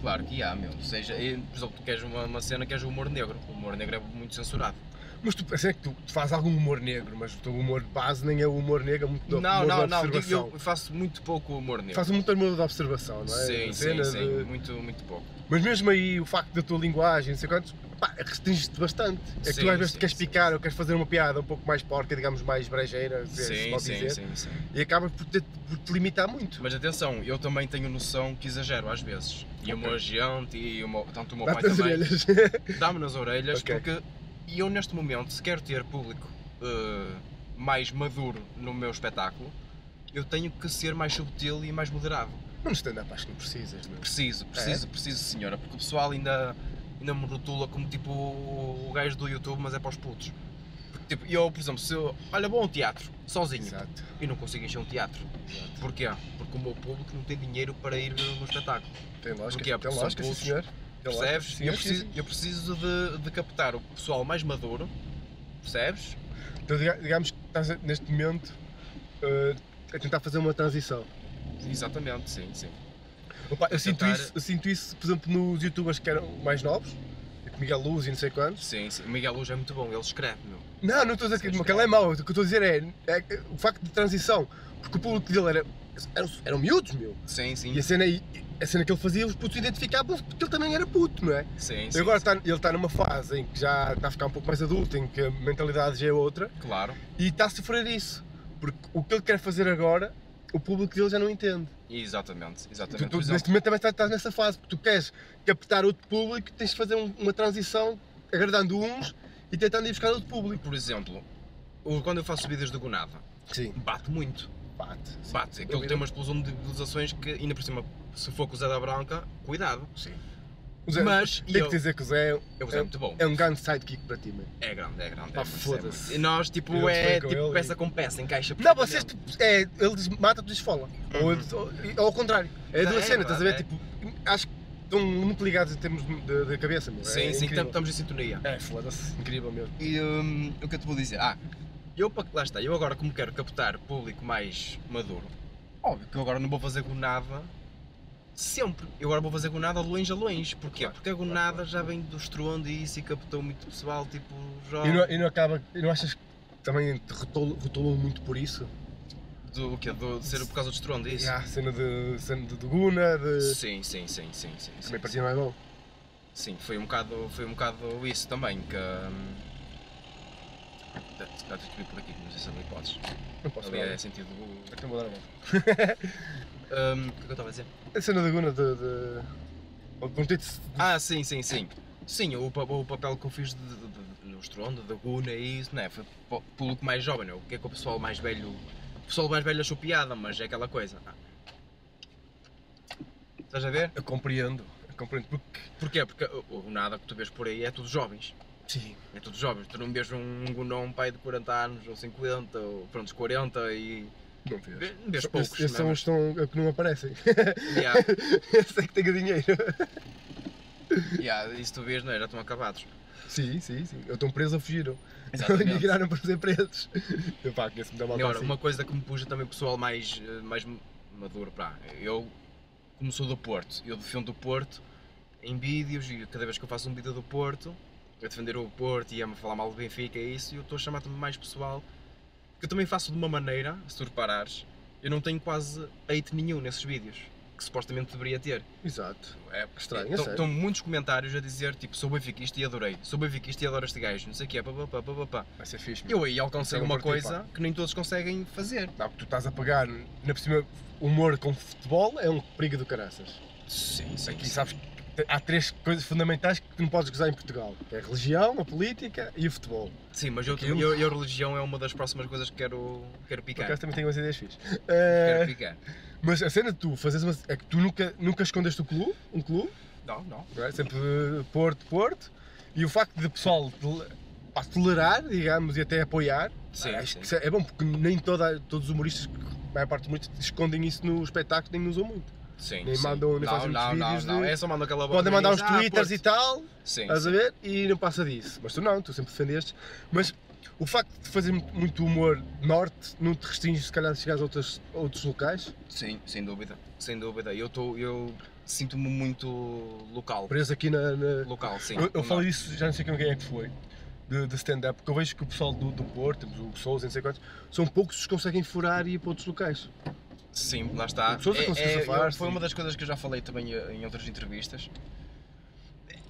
Speaker 2: Claro que há, meu. Ou Seja, e, por exemplo, tu queres uma, uma cena, queres o humor negro. O humor negro é muito censurado.
Speaker 1: Mas tu, a cena é que tu, tu fazes algum humor negro, mas o teu humor de base nem é o humor negro, é muito do-
Speaker 2: não,
Speaker 1: humor
Speaker 2: não,
Speaker 1: de
Speaker 2: não, digo,
Speaker 1: observação.
Speaker 2: eu faço muito pouco humor negro.
Speaker 1: Faz muito humor de observação, não é?
Speaker 2: Sim,
Speaker 1: A
Speaker 2: sim,
Speaker 1: cena
Speaker 2: sim,
Speaker 1: de-
Speaker 2: muito, muito pouco.
Speaker 1: Mas mesmo aí, o facto da tua linguagem, não sei quantos, pá, restringes-te bastante. É que
Speaker 2: Sim,
Speaker 1: tu às vezes
Speaker 2: sim,
Speaker 1: queres
Speaker 2: sim.
Speaker 1: picar ou queres fazer uma piada um pouco mais porca, digamos, mais brejeira, se é se
Speaker 2: Sim,
Speaker 1: pode
Speaker 2: sim,
Speaker 1: dizer,
Speaker 2: sim, sim.
Speaker 1: e acabas por te, por te limitar muito.
Speaker 2: Mas atenção, eu também tenho noção que exagero às vezes. E o meu agente e o meu, tanto o meu pai
Speaker 1: Dá-te as
Speaker 2: também
Speaker 1: orelhas.
Speaker 2: dá-me nas orelhas
Speaker 1: Ok.
Speaker 2: porque e eu neste momento, se quero ter público eh, mais maduro no meu espetáculo, eu tenho que ser mais subtil e mais moderado.
Speaker 1: Não stand-up, acho que não é? precisas, meu.
Speaker 2: Preciso, preciso, preciso senhora, porque o pessoal ainda, ainda me rotula como tipo o gajo do YouTube, mas é para os putos. Porque, tipo, eu, por exemplo, se eu, olha, vou a um teatro, sozinho,
Speaker 1: Exato.
Speaker 2: e não consigo encher um teatro.
Speaker 1: Exato.
Speaker 2: Porquê? Porque o meu público não tem dinheiro para ir ver o meu espetáculo.
Speaker 1: Tem lógica,
Speaker 2: Porque é,
Speaker 1: tem
Speaker 2: são
Speaker 1: lógica, sim,
Speaker 2: pulsos.
Speaker 1: senhor. Tem lógica.
Speaker 2: Percebes?
Speaker 1: Sim,
Speaker 2: eu,
Speaker 1: sim,
Speaker 2: preciso,
Speaker 1: sim.
Speaker 2: eu preciso de, de captar o pessoal mais maduro, percebes?
Speaker 1: Então, diga- digamos que estás a- neste momento eh, a tentar fazer uma transição.
Speaker 2: Exatamente, sim, sim.
Speaker 1: Opa, eu, sinto
Speaker 2: Tentar-
Speaker 1: isso, eu sinto isso, por exemplo, nos youtubers que eram mais novos, tipo Miguel Luz e não sei quantos.
Speaker 2: Sim, sim. O Miguel Luz é muito bom, ele escreve, meu.
Speaker 1: Não, não estou a dizer que
Speaker 2: Sim,
Speaker 1: o que ele é mau, o que eu estou a dizer é, é o facto de transição, porque o público dele era, eram, eram miúdos, meu.
Speaker 2: Sim, sim.
Speaker 1: E a cena, aí- a cena que ele fazia, os putos identificavam-se porque ele também era puto, não é?
Speaker 2: Sim,
Speaker 1: E
Speaker 2: sim.
Speaker 1: agora está- ele está numa fase em que já está a ficar um pouco mais adulto, em que a mentalidade já é outra,
Speaker 2: sim. Claro.
Speaker 1: e está a sofrer isso. Porque o que ele quer fazer agora, o público dele já não entende.
Speaker 2: Exatamente,
Speaker 1: Tu-
Speaker 2: exatamente.
Speaker 1: tu,
Speaker 2: Por exemplo,
Speaker 1: neste momento também estás, estás nessa fase, porque tu queres captar outro público, tens de fazer um- uma transição agradando uns e tentando ir buscar outro público.
Speaker 2: por exemplo, o- quando eu faço vídeos de gonada,
Speaker 1: Sim,
Speaker 2: bate muito.
Speaker 1: bate. sim.
Speaker 2: Bate. Aquilo tem uma explosão de visualizações que, ainda por cima, se for com o Zé da Branca, cuidado.
Speaker 1: Sim. O Zé-
Speaker 2: Mas, e
Speaker 1: Tem
Speaker 2: eu,
Speaker 1: que dizer que o Zé
Speaker 2: eu, Zé é muito bom.
Speaker 1: é um grande sidekick para ti, mano.
Speaker 2: É grande, é grande.
Speaker 1: Pá,
Speaker 2: é muito,
Speaker 1: foda-se.
Speaker 2: é muito. E nós, tipo,
Speaker 1: Eu
Speaker 2: é
Speaker 1: sei com
Speaker 2: tipo
Speaker 1: ele
Speaker 2: peça
Speaker 1: e-
Speaker 2: com peça, encaixa
Speaker 1: Não, vocês,
Speaker 2: perfeitamente.
Speaker 1: tipo, é, ele des- mata-te e desfola. Ou, ele des- ou, ou ao contrário. É
Speaker 2: Uhum. Não,
Speaker 1: duas
Speaker 2: é
Speaker 1: cenas, estás a ver?
Speaker 2: verdade,
Speaker 1: Tipo, acho que estão muito ligados em termos de, de cabeça, meu.
Speaker 2: Sim,
Speaker 1: é
Speaker 2: sim,
Speaker 1: incrível.
Speaker 2: tam- estamos em sintonia.
Speaker 1: É, foda-se. Incrível mesmo.
Speaker 2: E hum, o que eu te vou dizer? Ah, eu, pa- lá está, eu agora como quero captar público mais maduro, óbvio que eu agora não vou fazer gonada sempre. Eu agora vou fazer gonada de longe a longe. Porquê?
Speaker 1: Claro,
Speaker 2: Porque a
Speaker 1: claro,
Speaker 2: gonada
Speaker 1: claro.
Speaker 2: já vem do estrondo e isso e captou muito pessoal, tipo,
Speaker 1: E
Speaker 2: jovem.
Speaker 1: não, é- e não acaba. E não achas que também te rotulou, rotulou muito por isso?
Speaker 2: Do o quê? Do, de ser por causa do estrondo, é isso?
Speaker 1: Yeah, cena de, cena de, de Guna, de.
Speaker 2: Sim, sim, sim, sim, sim. sim,
Speaker 1: Também para ti não é bom.
Speaker 2: Sim, foi um bocado, foi um bocado isso também, que... hum, Se calhar tens que vir por aqui, não sei se ali podes.
Speaker 1: Não posso
Speaker 2: Ali é
Speaker 1: falar.
Speaker 2: sentido... Hum,
Speaker 1: Então vou dar a volta.
Speaker 2: o que é que eu estava a dizer?
Speaker 1: A cena de Guna de. de... O conceito de-
Speaker 2: Ah, sim, sim, sim. Sim, o, pa- o papel que eu fiz de, de, de, no estrondo, da Guna e isso, né? Foi po- público mais jovem, né? o que é que o pessoal mais velho. O pessoal mais velho achou piada, mas é aquela coisa. Ah. Estás a ver?
Speaker 1: Ah, Eu compreendo. Eu compreendo. Porque.
Speaker 2: Porquê? Porque o, o nada que tu vês por aí é tudo jovens.
Speaker 1: Sim.
Speaker 2: É tudo jovens. Tu não vês um Gunão, um pai de 40 anos, ou 50, ou pronto, 40 e.
Speaker 1: Não vês.
Speaker 2: Vê- Vês poucos,
Speaker 1: Esses são
Speaker 2: não é?
Speaker 1: os que estão- que não aparecem.
Speaker 2: Yeah.
Speaker 1: Esse é que tem dinheiro.
Speaker 2: Yeah, isso tu vês, não é? Já estão acabados.
Speaker 1: Sim, sim, sim. Eu estou preso ou fugiram. Migraram para ser presos. Eu pá, conheço muita malta
Speaker 2: Agora,
Speaker 1: assim.
Speaker 2: uma coisa que me puxa também o pessoal mais, eh, mais m- maduro, pá, eu como sou do Porto, eu defendo o Porto em vídeos e cada vez que eu faço um vídeo do Porto, a defender o Porto e a me falar mal do Benfica e isso, e eu estou a chamar também mais pessoal, que eu também faço de uma maneira, se tu reparares, eu não tenho quase hate nenhum nesses vídeos, que supostamente deveria ter.
Speaker 1: Exato.
Speaker 2: É
Speaker 1: estranho, é sério.
Speaker 2: Estão muitos comentários a dizer, tipo, sou benfiquista e adorei, sou benfiquista e adoro este gajo, não sei o quê, pá, pá, pá, pá, pá, pá.
Speaker 1: Vai ser fixe. meu.
Speaker 2: Eu aí
Speaker 1: Isso
Speaker 2: alcancei
Speaker 1: é um
Speaker 2: uma
Speaker 1: partido, pá.
Speaker 2: coisa que nem todos conseguem fazer.
Speaker 1: Não, porque tu estás a pagar, na por cima, humor com futebol é um perigo do caraças.
Speaker 2: Sim, sim.
Speaker 1: Aqui sabes que te- há três coisas fundamentais que tu não podes gozar em Portugal. que é a religião, a política e o futebol.
Speaker 2: Sim, mas eu,
Speaker 1: Aquilo.
Speaker 2: eu, eu religião é uma das próximas coisas que quero, quero
Speaker 1: Por
Speaker 2: picar.
Speaker 1: acaso também tenho umas ideias fixes.
Speaker 2: Quero
Speaker 1: Eh,
Speaker 2: picar.
Speaker 1: mas a cena de tu fazes uma... É que tu nunca, nunca escondeste o clube, um clube.
Speaker 2: Não, não.
Speaker 1: não é? sempre eh, Porto, Porto, e o facto de o pessoal tole- pá, tolerar, digamos, e até apoiar,
Speaker 2: Sim,
Speaker 1: acho
Speaker 2: sim.
Speaker 1: que isso é bom, porque nem toda, todos os humoristas, a maior parte dos humoristas, escondem isso no espetáculo, nem usam muito.
Speaker 2: Sim,
Speaker 1: Nem
Speaker 2: sim.
Speaker 1: mandam- nem
Speaker 2: não,
Speaker 1: fazem
Speaker 2: não,
Speaker 1: muitos
Speaker 2: não,
Speaker 1: vídeos
Speaker 2: não.
Speaker 1: de-
Speaker 2: É só mandam aquela
Speaker 1: Podem mandar uns
Speaker 2: boca de
Speaker 1: twitters e
Speaker 2: mim,
Speaker 1: tal,
Speaker 2: ah, Porto. "Ah, Sim,
Speaker 1: estás
Speaker 2: sim.
Speaker 1: a ver? E não passa disso. Mas tu não, tu sempre defendeste. Mas o facto de fazer muito- muito humor norte não te restringe, se calhar, de chegares a outras, a outros locais,
Speaker 2: Sim, sem dúvida. Sem dúvida. Eu, tô, eu sinto-me muito local.
Speaker 1: preso aqui na. na-
Speaker 2: Local, sim.
Speaker 1: Eu, eu
Speaker 2: Não
Speaker 1: falo
Speaker 2: dá.
Speaker 1: isso, já não sei com quem é que foi, de, de stand-up, porque eu vejo que o pessoal do, do Porto, temos o Hugo Souza, não sei quantos, são poucos os que conseguem furar e ir para outros locais.
Speaker 2: Sim, lá está. É,
Speaker 1: Pessoas que conseguem safar,
Speaker 2: eu- foi
Speaker 1: sim.
Speaker 2: uma das coisas que eu já falei também eh, em outras entrevistas.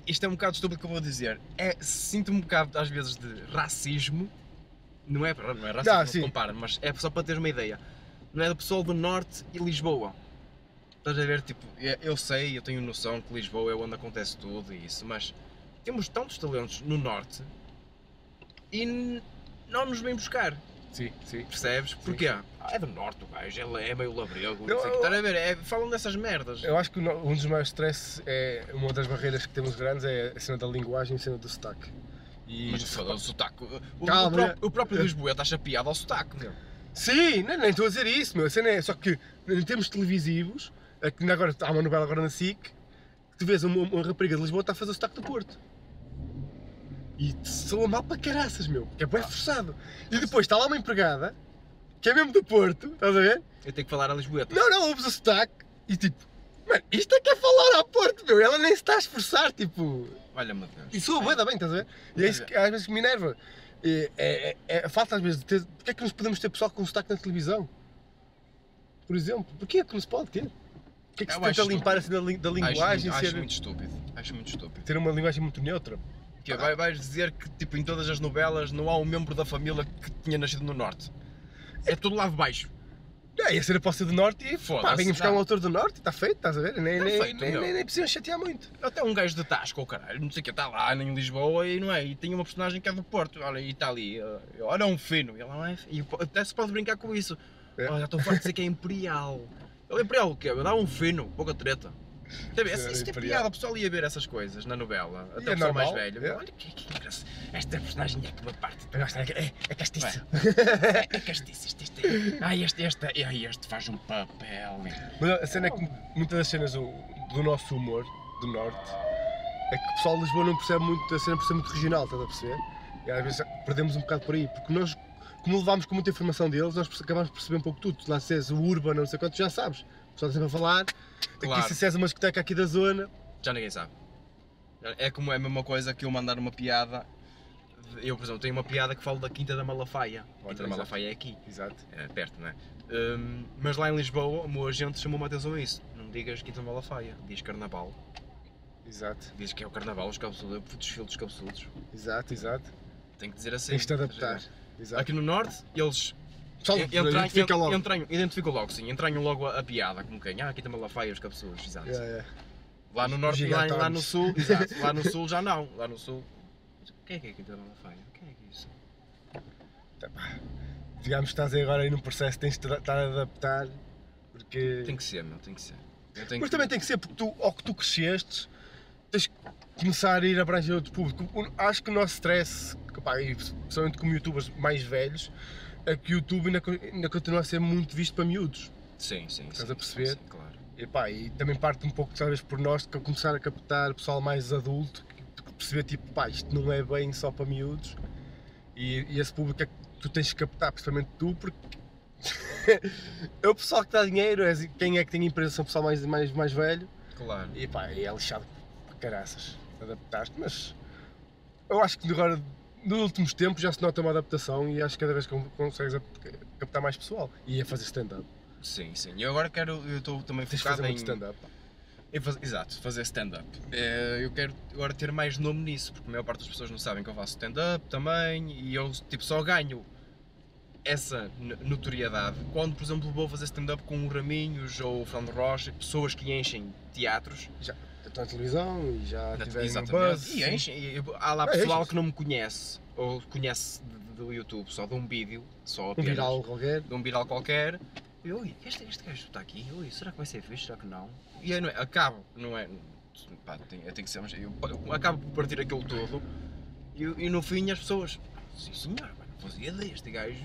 Speaker 2: Isto é um bocado estúpido que eu vou dizer. É, Sinto-me um bocado, às vezes, de racismo. Não é, não é racismo,
Speaker 1: Ah,
Speaker 2: não, se
Speaker 1: sim.
Speaker 2: compara, mas é só para teres uma ideia. Não é do pessoal do Norte e Lisboa. Estás a ver, tipo, é- eu sei, eu tenho noção que Lisboa é onde acontece tudo e isso, mas temos tantos talentos no Norte e n- não nos vêm buscar.
Speaker 1: Sim, sim.
Speaker 2: Percebes? Porquê? Ah, é do norte o gajo, ele é meio labrego, não
Speaker 1: Não,
Speaker 2: sei o que.
Speaker 1: eu-
Speaker 2: Estás a ver? É, falam dessas merdas.
Speaker 1: Eu acho que o no- um dos maiores stress é uma das barreiras que temos grandes é a cena da linguagem e a cena do sotaque. E
Speaker 2: Mas foda o sotaque. O, o
Speaker 1: Calma,
Speaker 2: pró-
Speaker 1: né?
Speaker 2: o próprio Lisboeta acha piada ao sotaque, meu.
Speaker 1: Sim, nem, nem estou a dizer isso, meu. A cena é só que em termos televisivos, é que agora há uma novela agora na SIC, que tu vês uma, uma rapariga de Lisboa está a fazer o sotaque do Porto. E soa mal para caraças, meu, que é bem forçado. E depois está lá uma empregada, que é mesmo do Porto, estás a ver?
Speaker 2: Eu tenho que falar a Lisboeta.
Speaker 1: Não, não, ouves o sotaque e tipo, Mano, isto é que é falar à Porto, meu. Ela nem se está a esforçar, tipo.
Speaker 2: Olha-me Deus.
Speaker 1: E soa bué da bem, estás a ver? E é isso que às vezes que me enerva. É, é, é, é a falta às vezes de ter. Porquê é que nos podemos ter pessoal com sotaque na televisão? Por exemplo, porquê é que não se pode ter? Porquê é que se
Speaker 2: Eu
Speaker 1: tenta
Speaker 2: acho
Speaker 1: limpar assim da, lin- da linguagem
Speaker 2: acho, muito,
Speaker 1: e
Speaker 2: acho
Speaker 1: ser-
Speaker 2: muito estúpido. Acho muito estúpido.
Speaker 1: ter uma linguagem muito neutra?
Speaker 2: Que
Speaker 1: Ah.
Speaker 2: é, vai, vais dizer que tipo, em todas as novelas não há um membro da família que tinha nascido no norte. É tudo lá de baixo.
Speaker 1: Não, ia ser É, a posse do Norte e
Speaker 2: Foda-se,
Speaker 1: foda Venha buscar
Speaker 2: não.
Speaker 1: um autor do Norte, está feito, estás a ver? Nem,
Speaker 2: Tá
Speaker 1: nem,
Speaker 2: feito,
Speaker 1: nem,
Speaker 2: meu.
Speaker 1: nem, nem precisam chatear muito.
Speaker 2: Até um gajo de Tasca, ou caralho, não sei o que, está lá em Lisboa e não é? E tem uma personagem que é do Porto, olha, e está ali, eh, olha, é um fino, e ela não é fino. E po- até se pode brincar com isso.
Speaker 1: É.
Speaker 2: Olha, estou farto de dizer que é Imperial. Ele é Imperial o quê? Dá um fino, pouca treta. Tá bem,
Speaker 1: Ser
Speaker 2: Isso isso é
Speaker 1: imperial.
Speaker 2: piada, o pessoal ia ver essas coisas na novela,
Speaker 1: E
Speaker 2: até
Speaker 1: é
Speaker 2: o pessoal mais
Speaker 1: normal,
Speaker 2: velho.
Speaker 1: é.
Speaker 2: Olha que, que engraçado, esta personagem é que uma parte.
Speaker 1: Mas lá está, é, é castiço.
Speaker 2: É, é castiço, este, este. Ai, este, este, ai, este faz um papel.
Speaker 1: Mas a cena é que muitas das cenas do, do nosso humor, do Norte, é que o pessoal de Lisboa não percebe muito a cena por ser muito regional, estás a perceber? E às vezes perdemos um bocado por aí, porque nós, como levámos com muita informação deles, nós perce- acabámos de perceber um pouco tudo. Lá se és o Urban, não sei quanto, já sabes. O pessoal sempre a falar.
Speaker 2: Claro.
Speaker 1: Aqui se és uma discoteca aqui da zona.
Speaker 2: Já ninguém sabe. Já- É como é a mesma coisa que eu mandar uma piada. de- Eu, por exemplo, tenho uma piada que falo da Quinta da Malafaia.
Speaker 1: Olha,
Speaker 2: Quinta da
Speaker 1: exato.
Speaker 2: Malafaia é aqui,
Speaker 1: Exato.
Speaker 2: é perto, não é? Hum, mas lá em Lisboa, o meu agente chamou-me a atenção a isso. Não digas Quinta da Malafaia, diz Carnaval.
Speaker 1: Exato,
Speaker 2: Diz que é o Carnaval, os cabeçudos, o desfile dos cabeçudos.
Speaker 1: exato, exato.
Speaker 2: Tem que dizer assim.
Speaker 1: Tens de te
Speaker 2: estás a
Speaker 1: adaptar.
Speaker 2: ver?
Speaker 1: Exato.
Speaker 2: Aqui no Norte, eles
Speaker 1: Pessoal,
Speaker 2: entranham,
Speaker 1: fica logo.
Speaker 2: entranham, identificam logo, sim, entranham logo a, a piada, como quem? Ah, Quinta da Malafaia, os cabeçudos, exato.
Speaker 1: Yeah, yeah.
Speaker 2: Lá no
Speaker 1: Os
Speaker 2: norte, lá, lá no
Speaker 1: gigantones.
Speaker 2: sul, exato, lá no sul já não, lá no sul. O que é que é que entrou na faia? O que é que é isso?
Speaker 1: Digamos que estás aí agora aí num processo, tens de te estar a adaptar, porque...
Speaker 2: Tem que ser, meu, tem que ser. Eu tenho
Speaker 1: Mas
Speaker 2: que-
Speaker 1: também tem que ser porque tu, ao que tu cresceste, tens que começar a ir abranger outro público. O- Acho que o nosso stress, que, pá, e principalmente como youtubers mais velhos, é que o YouTube ainda, co- ainda continua a ser muito visto para miúdos.
Speaker 2: Sim, sim,
Speaker 1: Estás
Speaker 2: sim,
Speaker 1: a perceber?
Speaker 2: sim, claro.
Speaker 1: E, pá, e também parte um pouco, talvez, por nós, que a começar a captar pessoal mais adulto, que- que perceber, tipo, pá, isto não é bem só para miúdos. E, e esse público é que tu tens que captar, principalmente tu, porque... é o pessoal que dá dinheiro, é quem é que tem empresa, são o pessoal mais, mais, mais velho.
Speaker 2: Claro.
Speaker 1: E pá, e é lixado para caraças adaptar-te, mas eu acho que agora, nos últimos tempos, já se nota uma adaptação e acho que cada vez que con- consegues ap- captar mais pessoal e a fazer stand-up.
Speaker 2: Um Sim, sim. E eu agora quero, eu estou também
Speaker 1: Tens de fazer
Speaker 2: focado em,
Speaker 1: muito stand-up. pá.
Speaker 2: em faz- Exato, fazer stand-up. Eh, Eu quero agora ter mais nome nisso, porque a maior parte das pessoas não sabem que eu faço stand-up também e eu tipo só ganho essa no- notoriedade quando, por exemplo, vou fazer stand-up com o Raminhos ou o Fernando Rocha, pessoas que enchem teatros
Speaker 1: Já estou Então, na televisão e já
Speaker 2: Na-
Speaker 1: tiveres um
Speaker 2: exatamente.
Speaker 1: buzz.
Speaker 2: E enchem. e- e Há lá
Speaker 1: É,
Speaker 2: pessoal
Speaker 1: enchem-se.
Speaker 2: que não me conhece, ou conhece de- do YouTube, só de um vídeo, só
Speaker 1: Um
Speaker 2: apenas,
Speaker 1: viral qualquer.
Speaker 2: de um viral qualquer. E eu, "Ui, este, este gajo está aqui, ui, será que vai ser fixe, será que não? E aí, não é, acabo, não é? Pá, tem, tem que ser, mas eu, eu acabo por partir aquilo todo e, e no fim as pessoas, sim senhor, pá, não fazia ideia, este gajo.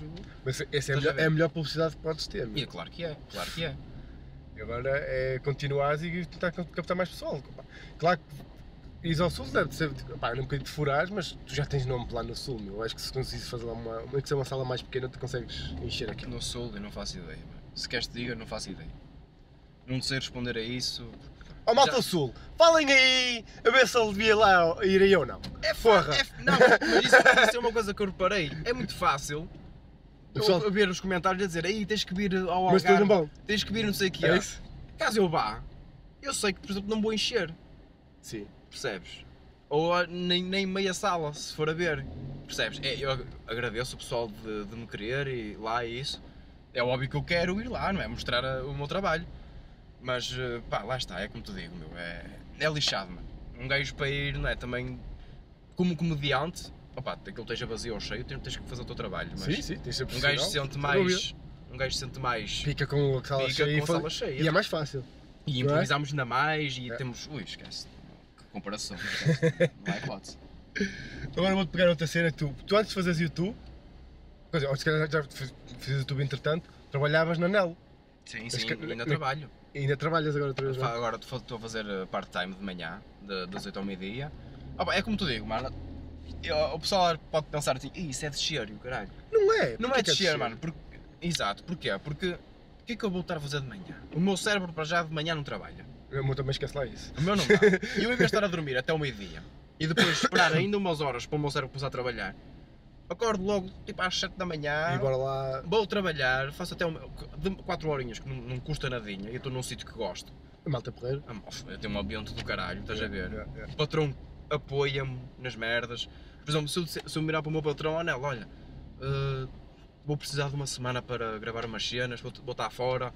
Speaker 1: Mas essa é
Speaker 2: Estás
Speaker 1: a,
Speaker 2: a
Speaker 1: melhor,
Speaker 2: ver?
Speaker 1: é a melhor publicidade que podes ter.
Speaker 2: Então E é
Speaker 1: meu.
Speaker 2: claro que é, claro que é.
Speaker 1: E agora é continuares e tentar cap- captar mais pessoal. pá. Claro que ires ao Sul deve ser, tipo, pá, não um bocadinho de furares, mas tu já tens nome lá no Sul, meu. Eu acho que se conseguires fazer lá uma, uma, que seja uma sala mais pequena, tu consegues encher aquilo.
Speaker 2: No sul eu não faço ideia, mano. se queres te diga, eu não faço ideia. Não sei responder a isso.
Speaker 1: Ó malta
Speaker 2: Já-
Speaker 1: do Sul, falem aí a ver se ele devia lá ir aí ou não.
Speaker 2: É
Speaker 1: Porra.
Speaker 2: porra! não, mas isso, isso é uma coisa que eu reparei. É muito fácil
Speaker 1: O pessoal-
Speaker 2: eu ver os comentários a dizer aí tens que vir ao
Speaker 1: Mas tudo
Speaker 2: Algarve,
Speaker 1: bom.
Speaker 2: tens que vir não sei o que
Speaker 1: É
Speaker 2: é.
Speaker 1: isso?
Speaker 2: Caso eu vá, eu sei que, por exemplo, não vou encher,
Speaker 1: Sim.
Speaker 2: percebes? Ou ah, nem, nem meia sala, se for a ver, percebes? É, eu ag- agradeço o pessoal de, de me querer e lá e isso. É óbvio que eu quero ir lá, não é? Mostrar ah, o meu trabalho. Mas, eh, pá, lá está, é como te digo, meu, é, é lixado, mano. Um gajo para ir, não é? Também, como comediante, opá, aquilo esteja vazio ou cheio, tens, tens que fazer o teu trabalho, mas
Speaker 1: Sim, sim, tens de ser
Speaker 2: um gajo
Speaker 1: profissional.
Speaker 2: se sente
Speaker 1: sem
Speaker 2: mais, um gajo se sente mais,
Speaker 1: Fica com a sala
Speaker 2: fica
Speaker 1: cheia e
Speaker 2: com a
Speaker 1: fa-
Speaker 2: sala cheia.
Speaker 1: e é mais fácil.
Speaker 2: E
Speaker 1: Não é?
Speaker 2: improvisamos ainda mais e
Speaker 1: É.
Speaker 2: temos. Ui, esquece. Que comparação. esquece. Não há hipótese.
Speaker 1: Agora vou-te pegar outra cena que tu, tu antes de fazeres YouTube, quer dizer, ou se calhar já fiz- fiz YouTube entretanto, trabalhavas na Nel.
Speaker 2: Sim,
Speaker 1: Mas
Speaker 2: sim,
Speaker 1: que-
Speaker 2: ainda
Speaker 1: na-
Speaker 2: trabalho.
Speaker 1: E ainda trabalhas agora outra vez,
Speaker 2: Fa-
Speaker 1: não?
Speaker 2: Agora estou estou a fazer eh, part-time de manhã, de- das 8 ao meio-dia. Ah, pá, é como tu digo, mano. eu- O pessoal pode pensar assim, "Ih, isso é de cheiro, e o caralho.
Speaker 1: Não é?
Speaker 2: Não
Speaker 1: Porquê
Speaker 2: é
Speaker 1: que
Speaker 2: de cheiro, mano. porque- Exato, porquê? Porque o que é que eu vou estar a fazer de manhã? O meu cérebro para já de manhã não trabalha.
Speaker 1: O meu também esquece lá isso.
Speaker 2: O meu não dá. E eu, em vez de estar a dormir até o meio-dia e depois esperar ainda umas horas para o meu cérebro começar a trabalhar, acordo logo tipo às 7 da manhã,
Speaker 1: E bora lá.
Speaker 2: vou trabalhar, faço até 4 horinhas que não, não custa nadinha e eu estou num sítio que gosto.
Speaker 1: Malta Porreiro.
Speaker 2: Ah, mof, Eu tenho um ambiente do caralho, estás a ver?
Speaker 1: Yeah, yeah.
Speaker 2: O patrão apoia-me nas merdas. Por exemplo, se eu, disser- se eu virar para o meu patrão, olha, olha, eh, vou precisar de uma semana para gravar umas cenas, vou, vou estar fora,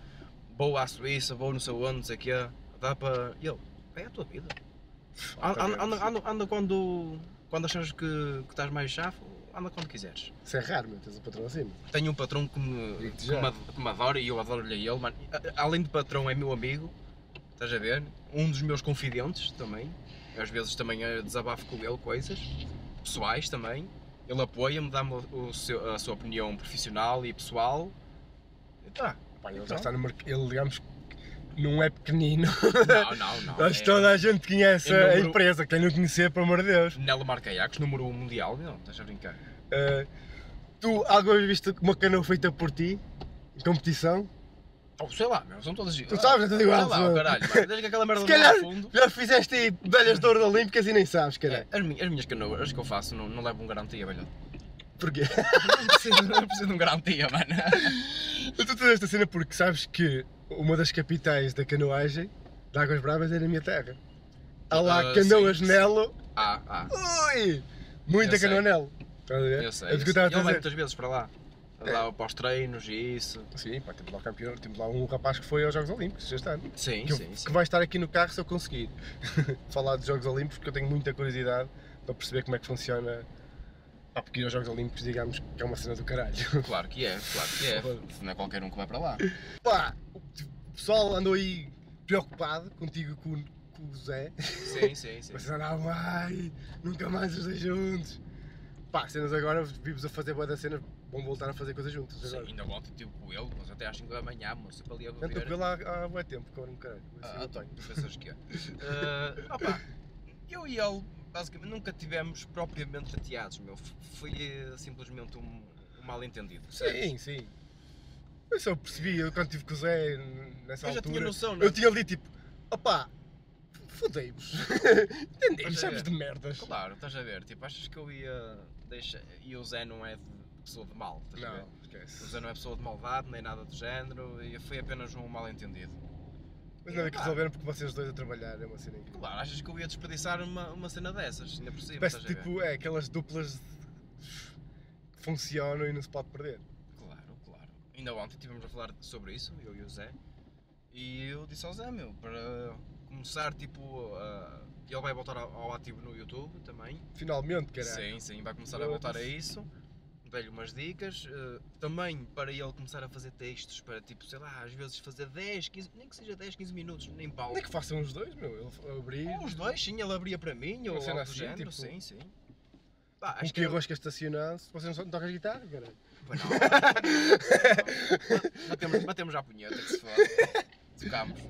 Speaker 2: vou à Suíça, vou não sei onde, não sei o quê. Dá para. E ele, é a tua vida.
Speaker 1: Tá
Speaker 2: Anda, anda, anda, anda- anda quando, quando achas que, que estás mais chafo, anda quando quiseres.
Speaker 1: Isso é raro, meu. Tens o patrão assim. meu.
Speaker 2: Tenho um patrão que me,
Speaker 1: Digo-te
Speaker 2: que
Speaker 1: já.
Speaker 2: me, ad- que me adora e eu adoro-lhe a ele, mano. A- Além de patrão, é meu amigo, estás a ver? Um dos meus confidentes também. Eu, às vezes também eh, desabafo com ele coisas, pessoais também. Ele apoia-me, dá-me o seu- a sua opinião profissional e pessoal. E tá.
Speaker 1: Pá, ele já está no mercado. Ele, digamos, não é pequenino.
Speaker 2: Não, não, é não.
Speaker 1: Acho que toda a gente conhece
Speaker 2: É
Speaker 1: a
Speaker 2: Ah, número-
Speaker 1: empresa. Quem não conhecer, pelo amor de Deus.
Speaker 2: Nela Marcaiacos, número 1 um mundial. Não, estás a brincar.
Speaker 1: Uh, tu alguma vez viste uma canoa feita por ti? Em competição?
Speaker 2: Oh, sei lá, meu, são todas iguais.
Speaker 1: sabes, é tudo igual,
Speaker 2: Sei lá,
Speaker 1: sou-
Speaker 2: oh, caralho, mano, desde que aquela merda
Speaker 1: Se
Speaker 2: não vá ao
Speaker 1: calhar-
Speaker 2: fundo. É,
Speaker 1: Já fizeste aí medalhas de ouro olímpicas e nem sabes, caralho.
Speaker 2: As, minhas- as minhas canoas as que eu faço não, não levam garantia, velho. É.
Speaker 1: Porquê?
Speaker 2: Não preciso, não preciso de um garantia, mano.
Speaker 1: Eu estou toda esta cena porque sabes que uma das capitais da canoagem, de Águas Bravas, é na minha terra. Há lá
Speaker 2: Ah,
Speaker 1: canoas
Speaker 2: sim, sim.
Speaker 1: Nelo.
Speaker 2: Ah, ah,
Speaker 1: Ui! Muita
Speaker 2: Eu sei.
Speaker 1: canoa Nelo. Estás a ver?
Speaker 2: eu sei.
Speaker 1: É
Speaker 2: Eu
Speaker 1: isso que eu estava
Speaker 2: sei.
Speaker 1: a
Speaker 2: Ele vai
Speaker 1: dizer.
Speaker 2: muitas vezes para lá.
Speaker 1: É.
Speaker 2: Lá para os treinos e isso.
Speaker 1: Sim, pá, temos lá, um campeão, temos lá um rapaz que foi aos Jogos Olímpicos, já está.
Speaker 2: Sim,
Speaker 1: que, eu-
Speaker 2: sim, sim.
Speaker 1: que vai estar aqui no carro se eu conseguir falar dos Jogos Olímpicos, porque eu tenho muita curiosidade para perceber como é que funciona. Pá, porque ir aos Jogos Olímpicos, digamos que é uma cena do caralho.
Speaker 2: Claro que é, claro que é. Não é qualquer um que vai para lá.
Speaker 1: Pá, o o pessoal andou aí preocupado contigo e com, com o Zé.
Speaker 2: Sim, sim, sim.
Speaker 1: Vocês andavam, ai, nunca mais os dois juntos. Pá, cenas agora, vimos a fazer boa da cena, vão voltar a fazer coisas juntos
Speaker 2: Sim,
Speaker 1: agora.
Speaker 2: ainda ontem estive com ele, mas até às 5 da manhã, mas sempre ali a
Speaker 1: Já estou com
Speaker 2: beber.
Speaker 1: ele há, há bué tempo, que eu não caralho.
Speaker 2: Ah,
Speaker 1: Assim,
Speaker 2: António, tu pensas que é? Ah, opa, eu e ele, basicamente, nunca tivemos propriamente chateados, meu. F- Foi eh, simplesmente um, um mal-entendido.
Speaker 1: Sim, sim. Eu só percebi, eu quando estive com o Zé n- nessa
Speaker 2: Eu já tinha
Speaker 1: altura.
Speaker 2: noção, não é?
Speaker 1: Eu tinha ali tipo, opá, fodei-vos. Entendemos,
Speaker 2: Pois é.
Speaker 1: sabes de merdas.
Speaker 2: Claro, estás a ver, tipo, achas que eu ia deixar... E o Zé não é de pessoa de mal, estás a ver?
Speaker 1: Não,
Speaker 2: O
Speaker 1: esquece.
Speaker 2: Zé não é pessoa de maldade, nem nada do género, e foi apenas um mal-entendido.
Speaker 1: Mas nada que
Speaker 2: Pá.
Speaker 1: resolveram porque vocês dois a trabalhar é uma cena incrível.
Speaker 2: Claro, achas que eu ia desperdiçar uma, uma cena dessas, ainda por cima,
Speaker 1: Parece
Speaker 2: estás a ver?
Speaker 1: tipo, é aquelas duplas de- que funcionam e não se pode perder.
Speaker 2: Claro, claro. Ainda ontem estivemos a falar sobre isso, eu e o Zé, e eu disse ao Zé, meu, para começar, tipo, a- ele vai voltar ao, ao ativo no YouTube também.
Speaker 1: Finalmente, caralho.
Speaker 2: Sim, sim, vai começar a voltar a isso. Dei-lhe umas dicas, eh, também para ele começar a fazer textos, para tipo, sei lá, às vezes fazer 10, 15, nem que seja 10, 15 minutos, nem pau.
Speaker 1: Onde é que façam os dois, meu? Ele f- um abrir.
Speaker 2: Ou os dois, sim, ele abria para mim, ou
Speaker 1: Uma cena
Speaker 2: algo do
Speaker 1: assim, tipo-
Speaker 2: género,
Speaker 1: um
Speaker 2: sim, sim. Pá, é
Speaker 1: Acho que arroz que estacionasse. Vocês não só- não tocam guitarra, caralho.
Speaker 2: Pois não. Não, batemos, batemos à punheta que se foda. Tocámos.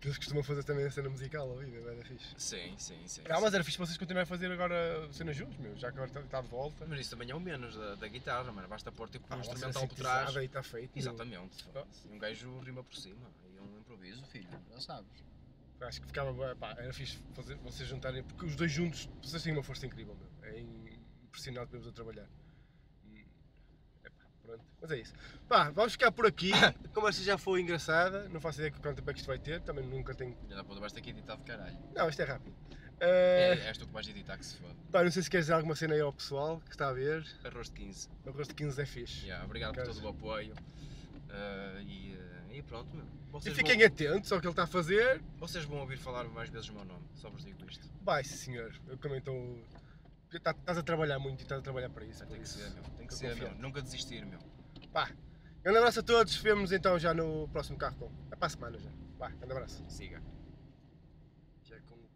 Speaker 1: Que eles costumam fazer também a cena musical, ao vivo, é bué da fixe.
Speaker 2: Sim, sim, sim.
Speaker 1: Não, mas era fixe vocês continuarem a fazer agora cenas juntos, meu, já que agora está está de volta.
Speaker 2: Mas isso também é o menos da, da guitarra, mano. Basta pôr tipo
Speaker 1: Ah,
Speaker 2: um
Speaker 1: lá,
Speaker 2: instrumental
Speaker 1: cena
Speaker 2: por trás.
Speaker 1: sintetizada e está tá feito. meu.
Speaker 2: Exatamente. foda-se. E um gajo rima por cima. E um improviso, filho. Já sabes.
Speaker 1: Acho que ficava, bué- pá, era fixe fazer, vocês juntarem, porque os dois juntos, vocês têm uma força incrível, meu. É impressionante mesmo a trabalhar. Hum, epá, pronto, mas é isso. Pá, vamos ficar por aqui. A conversa já foi engraçada, não faço ideia de quanto tempo é que isto vai ter, também nunca tenho...
Speaker 2: Filha da puta, vais ter que editar de caralho.
Speaker 1: Não, isto é rápido.
Speaker 2: É,
Speaker 1: Eh,
Speaker 2: és tu que vais editar que se foda.
Speaker 1: pá, não sei se queres dizer alguma cena aí ao pessoal que está a ver.
Speaker 2: Arroz de 15.
Speaker 1: O rosto de 15 é fixe.
Speaker 2: Yeah, obrigado por
Speaker 1: Gajo.
Speaker 2: todo o apoio. Ah, e, ah, e pronto, meu.
Speaker 1: E
Speaker 2: Vocês,
Speaker 1: fiquem
Speaker 2: vão,
Speaker 1: atentos ao que ele está a fazer.
Speaker 2: vocês vão ouvir falar mais vezes o meu nome. Só vos digo isto.
Speaker 1: Vai, sim senhor. Eu também estou. Tá, Estás a trabalhar muito e estás a trabalhar para isso. por
Speaker 2: Tem que
Speaker 1: isso.
Speaker 2: ser, meu. Tem que
Speaker 1: Estou
Speaker 2: ser, meu.
Speaker 1: confiante.
Speaker 2: Nunca desistir, meu.
Speaker 1: Pá, grande abraço a todos. Vemos então já no próximo carro com. É para a semana já. Vá, grande abraço.
Speaker 2: Siga. é